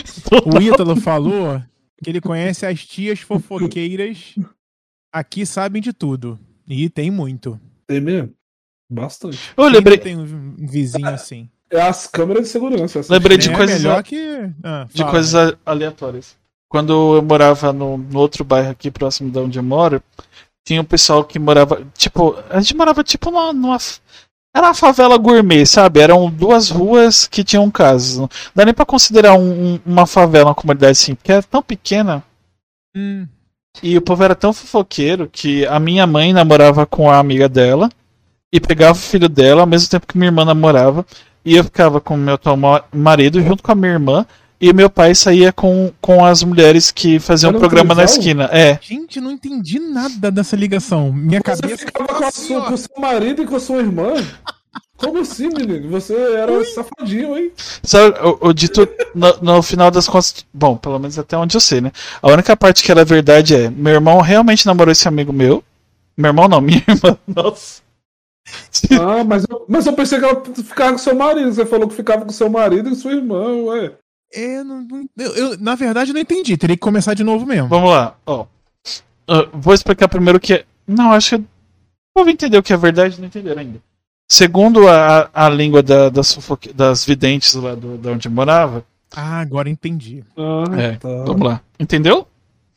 S3: o Ítalo falou que ele conhece as tias fofoqueiras aqui sabem de tudo. E tem muito.
S2: Tem mesmo? Bastante.
S1: Eu
S3: Quem não
S1: lembrei,
S3: Tem um vizinho assim.
S2: É as câmeras de segurança. essas.
S1: lembrei [laughs] de
S3: É
S1: coisas.
S3: melhor que... Ah,
S1: de
S3: fala.
S1: coisas a- aleatórias. Quando eu morava no, no outro bairro aqui próximo de onde eu moro, tinha um pessoal que morava. Tipo, a gente morava tipo numa. numa f- era uma favela gourmet, sabe? Eram duas ruas que tinham casas. Não dá nem pra considerar um- um- uma favela, uma comunidade assim, porque era tão pequena
S3: Hum,
S1: e o povo era tão fofoqueiro que a minha mãe namorava com a amiga dela e pegava o filho dela ao mesmo tempo que minha irmã namorava. E eu ficava com o meu atual ma- marido junto com a minha irmã. E meu pai saía com, com as mulheres que faziam
S2: Era um
S1: programa na
S2: trisal?
S1: esquina. É.
S3: Gente, não entendi nada dessa ligação. Minha
S2: Você
S3: cabeça. tá assim,
S2: ficava com, a sua- com o seu marido e com a sua irmã? Como assim, menino? Você era safadinho, hein?
S1: Sabe, o, o dito, [laughs] no, no final das contas. Bom, pelo menos até onde eu sei, né? A única parte que era verdade é: meu irmão realmente namorou esse amigo meu. Meu irmão não, [laughs] minha irmã. Nossa.
S2: Ah, mas eu, mas eu pensei que ela ficava com seu marido. Você falou que ficava com seu marido e sua irmã, ué.
S3: É, não- não- eu, eu, na verdade, não entendi. Teria que começar de novo mesmo.
S1: Vamos lá, ó. Ah, vou explicar primeiro o que é. Não, acho que. eu Vou entender o que é verdade, não entenderam ainda. Segundo a, a língua da, da sufoque- das videntes lá do, da onde eu morava.
S3: Ah, agora entendi.
S2: Ah,
S1: É,
S2: tá.
S1: vamos lá. Entendeu?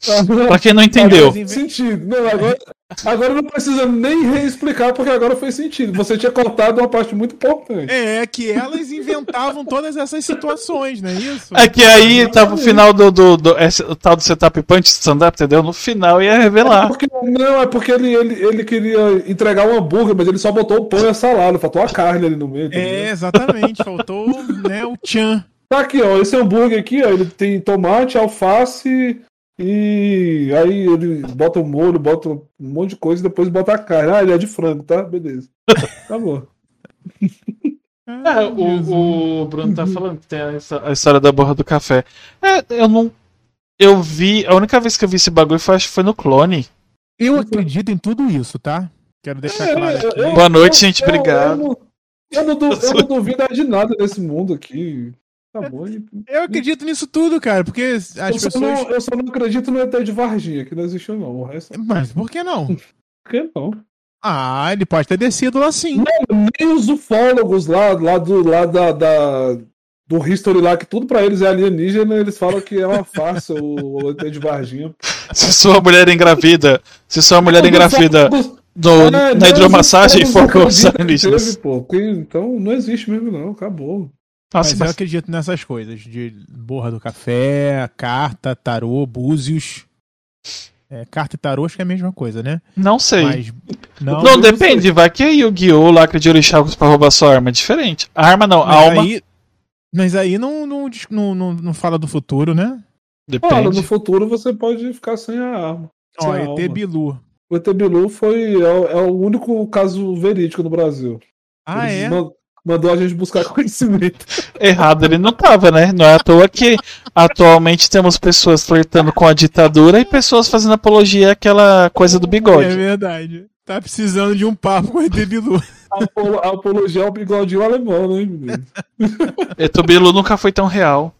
S2: Tá.
S1: Pra quem não entendeu.
S2: Fez sentido. Não, agora, agora não precisa nem reexplicar, porque agora fez sentido. Você tinha cortado uma parte muito importante.
S3: É, que elas inventavam todas essas situações, não é isso?
S1: É que aí tava o final do, do, do- esse- o tal do setup punch stand-up, entendeu? No final ia revelar.
S2: Porque- não, é porque ele, ele, ele queria entregar um hambúrguer, mas ele só botou o pão e a salada, faltou a carne ali no meio. entendeu?
S3: É, exatamente. Faltou né, o tchan.
S2: Tá aqui, ó. Esse hambúrguer aqui, ó, ele tem tomate, alface e aí ele bota o molho, bota um monte de coisa e depois bota a carne. Ah, ele é de frango, tá? Beleza. Tá bom.
S3: Ah,
S1: É, o, o Bruno tá falando que tem essa- a história da borra do café. É, eu não. Eu vi. A única vez que eu vi esse bagulho foi, acho que foi no clone.
S3: Eu acredito em tudo isso, tá? Quero deixar claro aqui.
S2: É, é, é.
S1: Boa noite, gente.
S2: Eu- Eu,
S1: Obrigado.
S2: não, eu, não, du-
S1: [laughs]
S2: eu não duvido de nada nesse mundo aqui. Tá bom. e-
S3: Eu acredito nisso tudo, cara, porque as
S2: Eu só,
S3: pessoas.
S2: não, eu só não acredito no ET de Varginha, que não existiu, não. O resto é
S3: Mas por que não?
S2: por que não.
S3: Ah, ele pode ter descido lá sim.
S2: Nem os ufólogos lá, lá do lá da, da- do History lá, que tudo pra eles é alienígena, eles falam que
S1: [laughs]
S2: é uma farsa o ET de Varginha.
S1: Se sua mulher engravida. Se sua mulher
S2: é
S1: engravida
S2: Os-
S1: no,
S2: É,
S1: na
S2: nem os
S1: hidromassagem
S2: ufólogos
S1: for com os
S2: acreditam que teve,
S1: alienígenas.
S2: pô, que- Então não existe mesmo, não. Acabou.
S1: Nossa,
S3: mas, é eu
S1: mas-
S3: acredito nessas coisas, de borra do café, carta, tarô, búzios. É, carta e tarô acho que é a mesma coisa, né?
S1: não sei.
S3: Mas. Não,
S1: não,
S3: mas
S1: depende. Vai que é Yu-Gi-Oh! lacre de orixá pra roubar sua arma. É diferente. A arma não, a alma.
S3: aí. Mas aí não, não, dis- não, não, não fala do futuro, né?
S2: Olha,
S1: Depende.
S2: no futuro você pode ficar sem a arma. Sem
S3: Ó,
S2: a
S3: ET
S2: alma.
S3: Bilu.
S2: O ET Bilu foi, é, o- é o único caso verídico no Brasil.
S3: Ah,
S2: Eles
S3: é?
S2: man- Mandou a gente buscar [laughs] conhecimento.
S1: Errado ele não tava, né? Não é à toa que atualmente temos pessoas flertando com a ditadura e pessoas fazendo apologia àquela coisa do
S3: É
S1: bigode.
S3: verdade. Tá precisando de um papo com o ET
S2: [laughs]
S3: Bilu.
S2: A apolo- a apologia ao bigodinho alemão, né, menino?
S1: E Tubilo nunca foi tão real.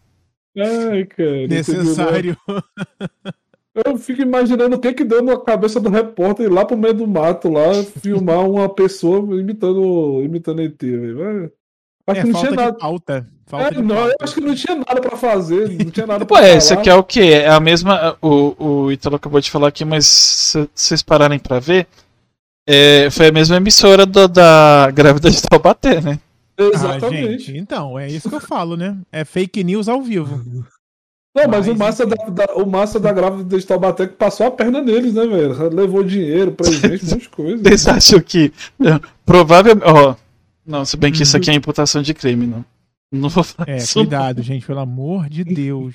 S2: Ai, cara.
S3: Necessário.
S2: Eu fico imaginando o que que deu na cabeça do repórter ir lá pro meio do mato lá filmar uma pessoa imitando imitando ET, velho. É, Acho
S3: É
S2: que não
S3: falta
S2: tinha
S3: de
S2: nada.
S3: pauta.
S2: É,
S3: Falta de
S2: não, eu
S3: pauta.
S2: acho que não tinha nada pra fazer, não
S1: [laughs]
S2: tinha nada
S1: Pô,
S2: pra
S1: é,
S2: falar.
S1: isso aqui é o quê? É a mesma. O, o Italo acabou de falar aqui, mas se vocês pararem pra ver, é, foi a mesma emissora do- da Grávida de Taubaté, né? [laughs]
S3: Ah,
S2: Exatamente.
S3: gente, então, é isso que eu falo, né? É fake news ao vivo.
S2: Não, mas, o,
S3: Mas,
S2: massa da, da- o massa da grávida de Taubaté que passou a perna neles, né, velho? Levou dinheiro, presente, um monte de coisa.
S1: Vocês acham que. Provavelmente. Ó. Não, se bem que isso aqui é imputação de crime, não. Não vou falar
S2: [laughs]
S3: É,
S1: isso.
S3: cuidado, gente, pelo amor de Deus.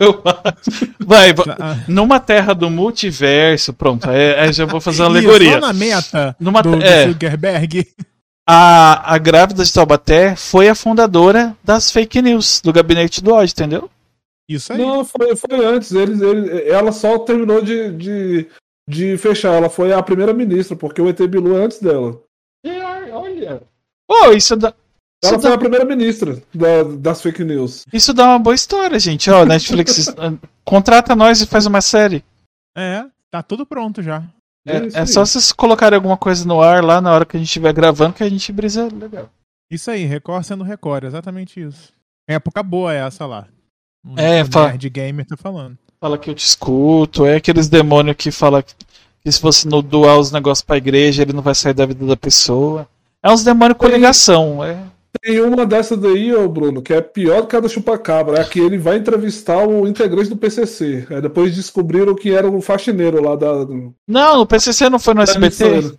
S1: Eu acho. Vai, va-
S3: Ah,
S1: Numa terra do multiverso, pronto, aí, aí já vou fazer
S3: [laughs]
S1: uma
S3: Isso,
S1: alegoria.
S3: lá na meta
S1: Numa
S3: do, do
S1: é.
S3: Zuckerberg.
S1: A, a grávida de Taubaté foi a fundadora das fake news, do gabinete do ódio, entendeu?
S3: Isso aí.
S2: Não, foi, foi antes. Eles, eles- ela só terminou de, de, de fechar. Ela foi a primeira ministra, porque o ET Bilu é antes dela.
S1: Olha. Pô, isso dá,
S2: Ela
S1: isso,
S2: foi
S1: dá,
S2: a primeira ministra da- das fake news.
S1: isso dá uma boa história, gente. Ó, Netflix eh, contrata nós e faz uma série.
S3: É, tá tudo pronto já.
S1: É, é
S2: isso
S1: só
S2: aí.
S1: vocês colocarem alguma coisa no ar lá na hora que a gente estiver gravando que a gente brisa legal.
S3: Isso aí, Record sendo Record, exatamente isso. Época boa é essa lá. O
S1: É,
S3: o
S1: fala-
S3: Nerd Gamer tá falando.
S1: Fala que eu te escuto, é aqueles demônios que fala que que se você não doar os negócios pra igreja, ele não vai sair da vida da pessoa. É uns demônios com
S2: Tem-
S1: ligação. É.
S2: Tem uma dessa daí, ô Bruno, que é pior do que a da Chupacabra. É a que ele vai entrevistar o integrante do PCC. Aí É, depois descobriram que era um faxineiro lá da. do-
S1: Não, o PCC não foi no
S2: da emissora.
S1: SBT?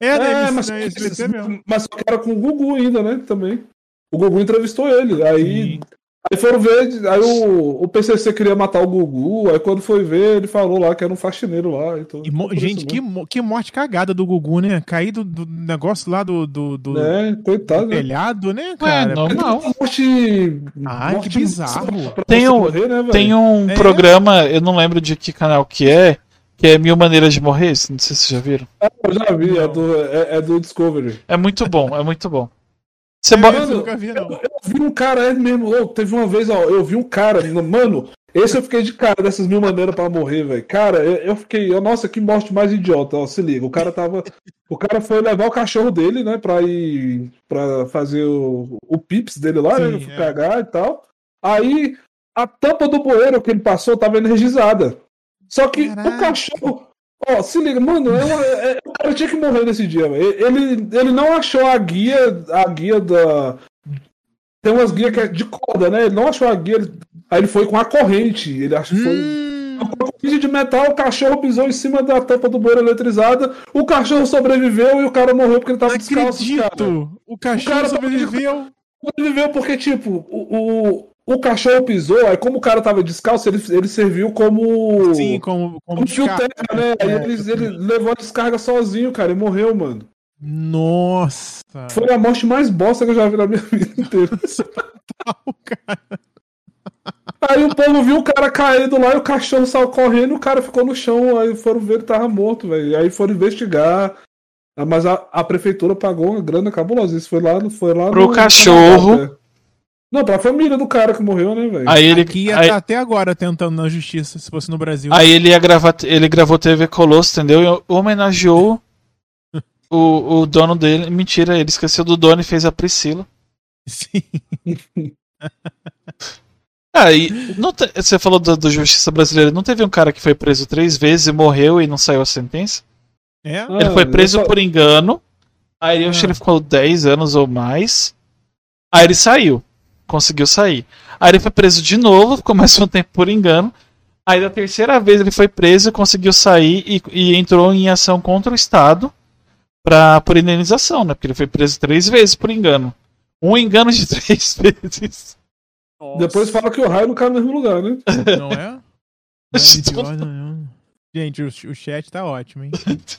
S3: É, é,
S2: mas,
S3: é SBT mesmo.
S2: né, mas só que era com o Gugu ainda, né? Também. O Gugu entrevistou ele. Aí,
S3: Sim.
S2: Aí foram ver, aí o, o PCC queria matar o Gugu, aí quando foi ver, ele falou lá que era um faxineiro lá. Então,
S3: E mo-
S2: por isso
S3: gente, que,
S2: mesmo.
S3: mo- que morte cagada do Gugu, né? Cair do, do negócio lá do, do, do
S2: Né? Coitado, né?
S3: telhado, né,
S1: Ué,
S3: cara?
S1: normal.
S2: Morte.
S3: Ai,
S2: morte
S3: que bizarro.
S2: pra
S1: Tem
S2: você
S1: um-
S2: morrer, né, velho?
S1: Tem um
S3: É.
S1: programa, eu não lembro de que canal que é, que é Mil Maneiras de Morrer, isso, não sei se vocês já viram.
S2: Ah, eu já vi, é
S3: Não.
S2: do, é, é do Discovery.
S1: É muito bom, é muito bom. Você
S3: É
S1: bo-
S3: mesmo?
S2: Mano,
S3: nunca vi, não.
S2: Eu, eu vi um cara, é mesmo. ô, teve uma vez, ó, eu vi um cara, no- mano, esse eu fiquei de cara dessas mil maneiras pra morrer, velho. Cara, eu, eu fiquei, eu, nossa, que morte mais idiota, ó, se liga. O cara tava. O cara foi levar o cachorro dele, né, pra ir. pra fazer o, o pips dele lá, né,
S3: Sim, é.
S2: cagar e tal. Aí, a tampa do banheiro que ele passou tava energizada. Só que
S3: Caraca.
S2: o cachorro. Ó, se liga, mano, é uma- é- é- o cara tinha que morrer nesse dia, velho. Ele, ele não achou a guia, a guia da. Tem umas guias que é de corda, né? Ele não achou a guia. ele- Aí ele foi com a corrente. Ele achou. Foi...
S3: Hum,
S2: Com a corrente de metal, o cachorro pisou em cima da tampa do banheiro eletrizada. O cachorro sobreviveu e o cara morreu porque ele
S3: não
S2: tava descalço. Cara.
S3: acredito. O cachorro
S2: cara tá
S3: sobreviveu.
S2: Sobreviveu porque, tipo, o, o, o cachorro pisou. Aí, como o cara tava descalço, ele, ele serviu como.
S3: Sim, como, como
S2: Um fio
S3: descarga.
S2: terra, né? Aí ele, ele levou a descarga sozinho, cara, e morreu, mano.
S3: Nossa.
S2: Foi a morte mais bosta que eu já vi na minha [laughs] vida inteira.
S3: O cara-
S2: Aí o povo viu o cara caído lá e o cachorro saiu correndo e o cara ficou no chão. Aí foram ver, ele tava morto, velho. Aí foram investigar. Ah, Mas a, a prefeitura pagou uma grana cabulosa. Isso foi lá, no- foi lá
S1: Pro
S2: no-
S1: cachorro.
S2: no Canadá, né? Não, pra família do cara que morreu, né, velho?
S1: Aí ele,
S3: Aqui ia
S1: aí,
S3: tá até agora tentando na justiça, se fosse no Brasil.
S1: aí ele ia gravar, ele gravou TV Colosso, entendeu? E
S3: [laughs]
S1: homenageou o, o dono dele. Mentira, ele esqueceu do dono e fez a Priscila.
S3: [laughs] Sim.
S1: Ah, e não te- você falou do, do Justiça Brasileira, não teve um cara que foi preso três vezes e morreu e não saiu a sentença?
S3: É?
S2: Ah,
S1: Ele foi
S2: eu
S1: preso
S2: só-
S1: por engano. Aí eu acho que ele ficou 10 anos ou mais. Aí ele saiu. Conseguiu sair. Aí ele foi preso de novo, ficou mais um tempo por engano. Aí da terceira vez ele foi preso, conseguiu sair e, e entrou em ação contra o Estado pra, por indenização, né? Porque ele foi preso três vezes por engano. Um engano de [laughs] três vezes.
S2: Depois fala que o raio não cai no mesmo lugar, né?
S3: Não
S1: [laughs]
S3: é? Maravilhosa, né? Gente, o, o chat tá ótimo, hein?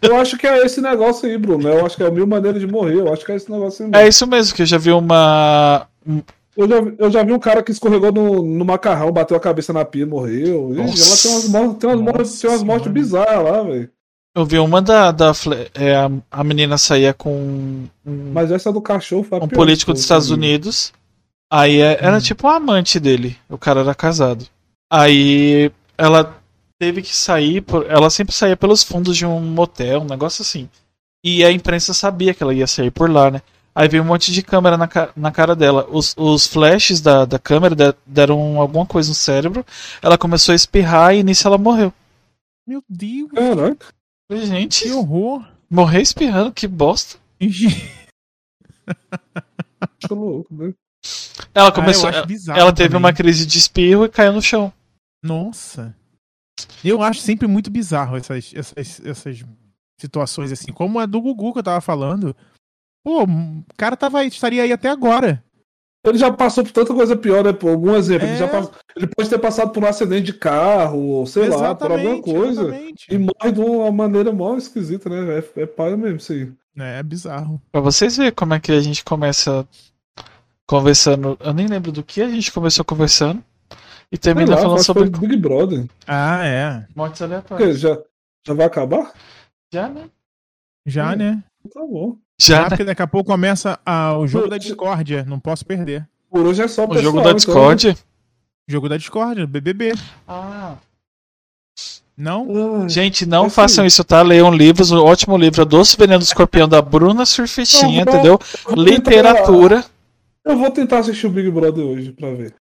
S2: Eu acho que é esse negócio aí, Bruno. Eu acho que é mil maneiras de morrer. Eu acho que é esse negócio aí. mesmo.
S1: É isso mesmo, que eu já vi uma. um,
S2: Eu já, eu já vi um cara que escorregou no, no macarrão, bateu a cabeça na pia e morreu. Ih,
S1: Nossa.
S2: ela tem umas, mor- tem umas, mor-
S3: Nossa
S2: tem umas mortes
S3: Senhora.
S2: bizarras lá, velho.
S1: Eu vi uma da. da Fle- é, a, a menina saía com um
S2: Mas essa do cachorro
S3: Tá
S2: foi a
S1: um
S2: pior
S1: político dos
S2: de
S1: Estados
S2: todas, né?
S1: Unidos. Aí é- era
S3: Hum.
S1: tipo um amante dele. O cara era casado. Aí ela teve que sair. Por, ela sempre saía pelos fundos de um motel, um negócio assim. E a imprensa sabia que ela ia sair por lá, né? Aí veio um monte de câmera na, ca- na cara dela. Os, os flashes da, da câmera de- deram alguma coisa no cérebro. Ela começou a espirrar e nisso ela morreu.
S3: Meu
S1: [laughs]
S3: Deus,
S2: Caraca.
S1: Falei, Gente,
S3: que horror.
S1: morrer espirrando, que bosta.
S2: Tô louco, né?
S1: Ela
S3: Cara, eu
S1: começou.
S3: acho
S1: ela-
S3: bizarro
S1: ela teve
S3: também.
S1: uma crise de espirro e caiu no chão.
S3: Nossa. Eu acho sempre muito bizarro essas, essas, essas situações assim, como a do Gugu que eu tava falando. Pô, o cara tava, aí- estaria aí até agora.
S2: Ele já passou por tanta coisa pior, né? Por algum exemplo.
S3: É.
S2: Ele, já passou- ele pode ter passado por um acidente de carro, ou sei lá, por alguma coisa.
S3: exatamente.
S2: E morre de uma maneira mó esquisita, né? É, é pai mesmo isso aí.
S3: É, é bizarro.
S1: Pra vocês verem como é que a gente começa conversando. Eu nem lembro do que a gente começou conversando. E termina
S2: Sei lá,
S1: falando
S2: acho que
S1: sobre
S2: foi Big Brother.
S3: Ah, é.
S1: mortes
S2: O quê?
S1: aleatórias.
S2: Já, já vai acabar?
S1: Já, né?
S3: Já,
S2: É.
S3: né?
S2: Tá bom.
S3: Já,
S1: Já, né?
S3: porque daqui a pouco começa ah, o jogo
S2: Pô,
S3: da discórdia. Não posso perder.
S2: Por hoje é só
S1: O jogo
S2: pessoal,
S1: da
S2: então,
S1: Discord.
S3: Jogo da discórdia, BBB.
S1: Ah.
S3: Não?
S2: né? Ai,
S1: Gente, não
S2: Assim.
S1: façam isso, tá? Leiam livros. O ótimo livro é Doce Veneno do Escorpião, da Bruna Surfistinha,
S2: Não,
S1: entendeu? Literatura.
S2: Eu vou tentar assistir o Big Brother hoje pra ver.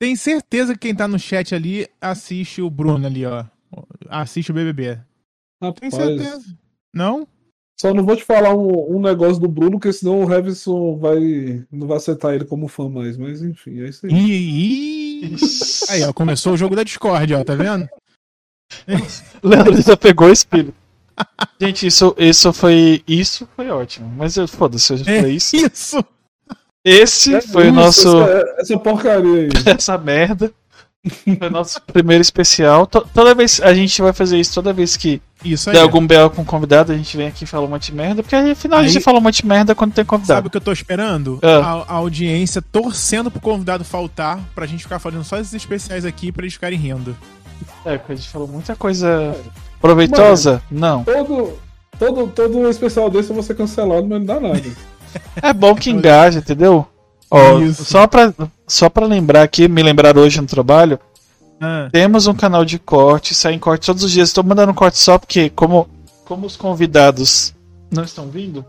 S3: Tem certeza que quem tá no chat ali assiste o Bruno ali, ó. Assiste o BBB. Tem
S2: Rapaz,
S3: certeza. Não?
S2: só não vou te falar um, um negócio do Bruno, porque senão o Revson vai não vai aceitar ele como fã mais. Mas enfim, é isso aí.
S3: Ih, ih. Aí, ó, começou o jogo da discórdia, ó, tá vendo?
S1: Leandro já pegou o espírito. Gente, [laughs] isso, isso foi. Isso foi ótimo. Mas eu foda-se, eu já falei isso.
S3: Isso!
S1: Esse
S2: É
S1: foi o
S2: isso,
S1: nosso.
S2: Essa, essa porcaria aí.
S1: essa merda. Foi nosso primeiro especial. To- Toda vez a gente vai fazer isso, toda vez que
S3: Isso aí.
S1: der algum BL com convidado, a gente vem aqui e fala um monte de merda, porque afinal a
S3: Aí-
S1: gente fala um monte de merda quando tem
S3: Sabe
S1: convidado.
S3: o que eu tô esperando?
S1: Ah.
S3: A, a audiência torcendo pro convidado faltar pra gente ficar fazendo só esses especiais aqui pra eles ficarem rindo.
S1: É, porque a gente falou muita coisa proveitosa? Não.
S2: Todo, todo, todo especial desse eu vou ser cancelado, mas não dá nada.
S1: É bom que engaja, entendeu? Ó,
S3: Isso.
S1: só pra, só pra lembrar aqui, me lembrar hoje no trabalho,
S3: Ah,
S1: temos um canal de corte, saem corte todos os dias. Estou mandando corte só porque, como, como os convidados não estão vindo,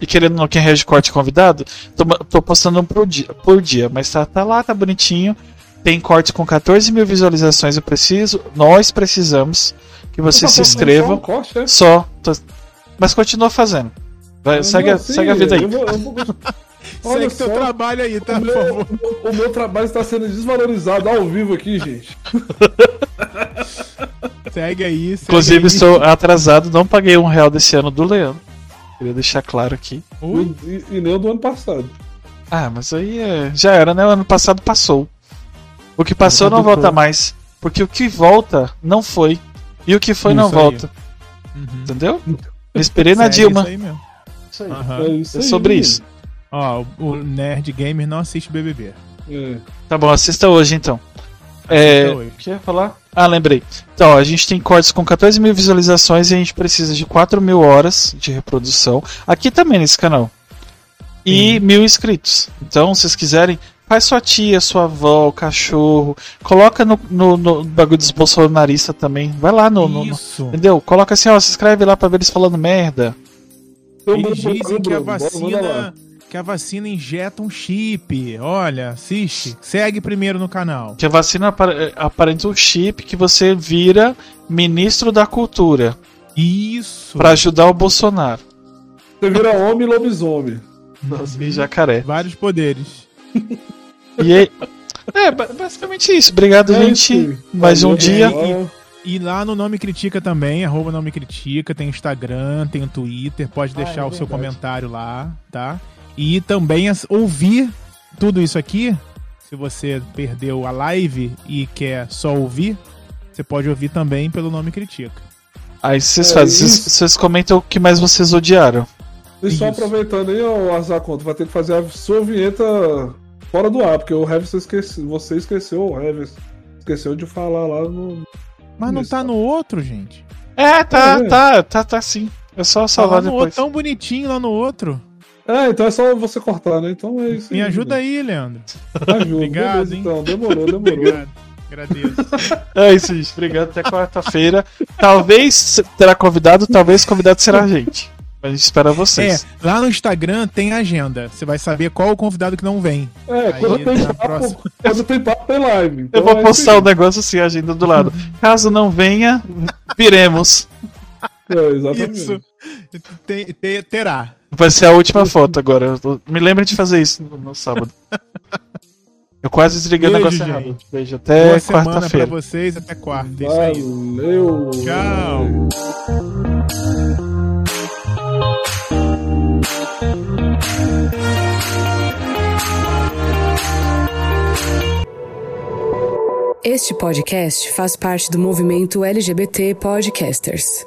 S1: e querendo ou não, quem reage corte é convidado, tô, ma- tô postando um por dia, por dia. Mas tá, tá lá, tá bonitinho. Tem corte com 14 mil visualizações, eu preciso. Nós precisamos que vocês se
S2: um
S1: inscrevam.
S2: né?
S1: Só. tô- Mas continua fazendo. Vai, segue, a- segue a vida aí.
S2: Eu vou,
S3: [laughs]
S2: eu vou...
S3: segue
S2: Olha
S3: teu
S2: só,
S3: trabalho aí, tá?
S2: o
S3: Por
S2: meu,
S3: favor.
S2: o meu- o meu trabalho está sendo desvalorizado ao vivo aqui, gente.
S3: Segue aí. Segue
S1: Inclusive,
S3: aí.
S1: estou atrasado, não paguei um real desse ano do Leandro. Queria deixar claro aqui.
S3: [laughs] Ui,
S2: E, e nem o do ano passado.
S1: Ah, mas aí é, já era, né? O ano passado passou. O que passou não volta mais. Porque o que volta não foi. E o que foi não
S3: Isso aí.
S1: volta.
S3: uhum.
S1: Entendeu? Eu esperei na
S3: Segue Isso
S1: Dilma.
S3: aí mesmo.
S1: Isso aí.
S3: Aham.
S2: É isso
S1: É
S2: aí,
S1: sobre
S2: menino.
S1: isso.
S3: Ó, o o Nerd Gamer não assiste BBB.
S2: É.
S1: Tá bom, assista hoje então. É,
S3: hoje.
S1: o que eu ia falar? Ah, lembrei. Então, ó, a gente tem cortes com 14 mil visualizações e a gente precisa de 4 mil horas de reprodução. Aqui também nesse canal. E mil inscritos. Então, se vocês quiserem, faz sua tia, sua avó, o cachorro. Coloca no, no, no bagulho dos bolsonaristas também. Vai lá no. no- no-
S3: Isso.
S1: entendeu? Coloca assim, ó, se inscreve lá pra ver eles falando merda.
S2: Eu mando
S3: Eles
S2: pro
S3: dizem que a
S2: Bruno, bora, manda lá.
S3: vacina. é Que a vacina injeta um chip. Olha, assiste. Segue primeiro no canal.
S1: Que a vacina apar- aparenta um chip que você vira ministro da cultura
S3: Isso.
S1: pra ajudar o Bolsonaro.
S2: Você vira homem e lobisomem.
S1: E jacaré.
S3: Vários poderes.
S1: E aí... É, ba- basicamente isso. Obrigado,
S2: É
S1: gente.
S2: isso.
S1: mais um
S2: Valeu,
S1: dia.
S2: pessoal.
S3: E lá no Não Me Critica também, arroba Não Me Critica, tem Instagram, tem o Twitter, pode
S2: Ah, é
S3: deixar o seu
S2: verdade.
S3: comentário lá, tá? E também as- ouvir tudo isso aqui, se você perdeu a live e quer só ouvir, você pode ouvir também pelo Não Me Critica.
S1: Aí vocês
S2: É
S1: fazem, vocês,
S2: isso.
S1: vocês comentam o que mais vocês odiaram.
S2: E só
S3: Isso.
S2: aproveitando aí, ó, Azar Conto, vai ter que fazer a sua vinheta fora do ar, porque o Heavy você esqueceu, você esqueceu o Heavy esqueceu de falar lá no...
S3: Mas não
S2: Isso.
S3: tá no outro, gente.
S1: É, tá,
S2: É.
S1: tá, tá, tá sim. É só
S3: Tá lá
S1: salvar
S3: no outro,
S1: depois.
S3: tão bonitinho lá no outro.
S2: É, então é só você cortar, né? Então é isso
S3: Me ajuda aí,
S2: [laughs]
S3: Leandro.
S2: Ajuda.
S3: [laughs] Obrigado,
S2: Beleza,
S3: hein?
S2: Então, demorou, demorou.
S3: Obrigado. Agradeço.
S1: É isso, gente. Obrigado. Até quarta-feira. [laughs] talvez terá convidado, talvez convidado será a gente. Mas a gente espera
S3: É,
S1: vocês.
S3: lá no Instagram tem agenda. Você vai saber qual o convidado que não vem.
S2: É,
S3: Aí,
S2: quando tem,
S3: na
S2: papo,
S3: próxima.
S2: quando tem papo, tem live.
S1: Eu
S2: Então
S1: vou
S2: é
S1: postar o
S2: isso
S1: negócio assim, a agenda do lado. Caso não venha, viremos.
S2: aí. É, exatamente.
S3: Isso. Te- te- terá.
S1: Vai ser a última foto agora. Eu tô- Me lembra de fazer isso no, no
S3: [laughs]
S1: sábado. Eu quase desliguei o
S3: Beijo,
S1: negócio
S3: gente.
S1: errado. Beijo, até
S3: Boa semana pra
S1: É, quarta-feira.
S3: vocês. Até quarta. É isso aí.
S2: Valeu.
S3: Tchau.
S4: Este podcast faz parte do movimento LGBT Podcasters.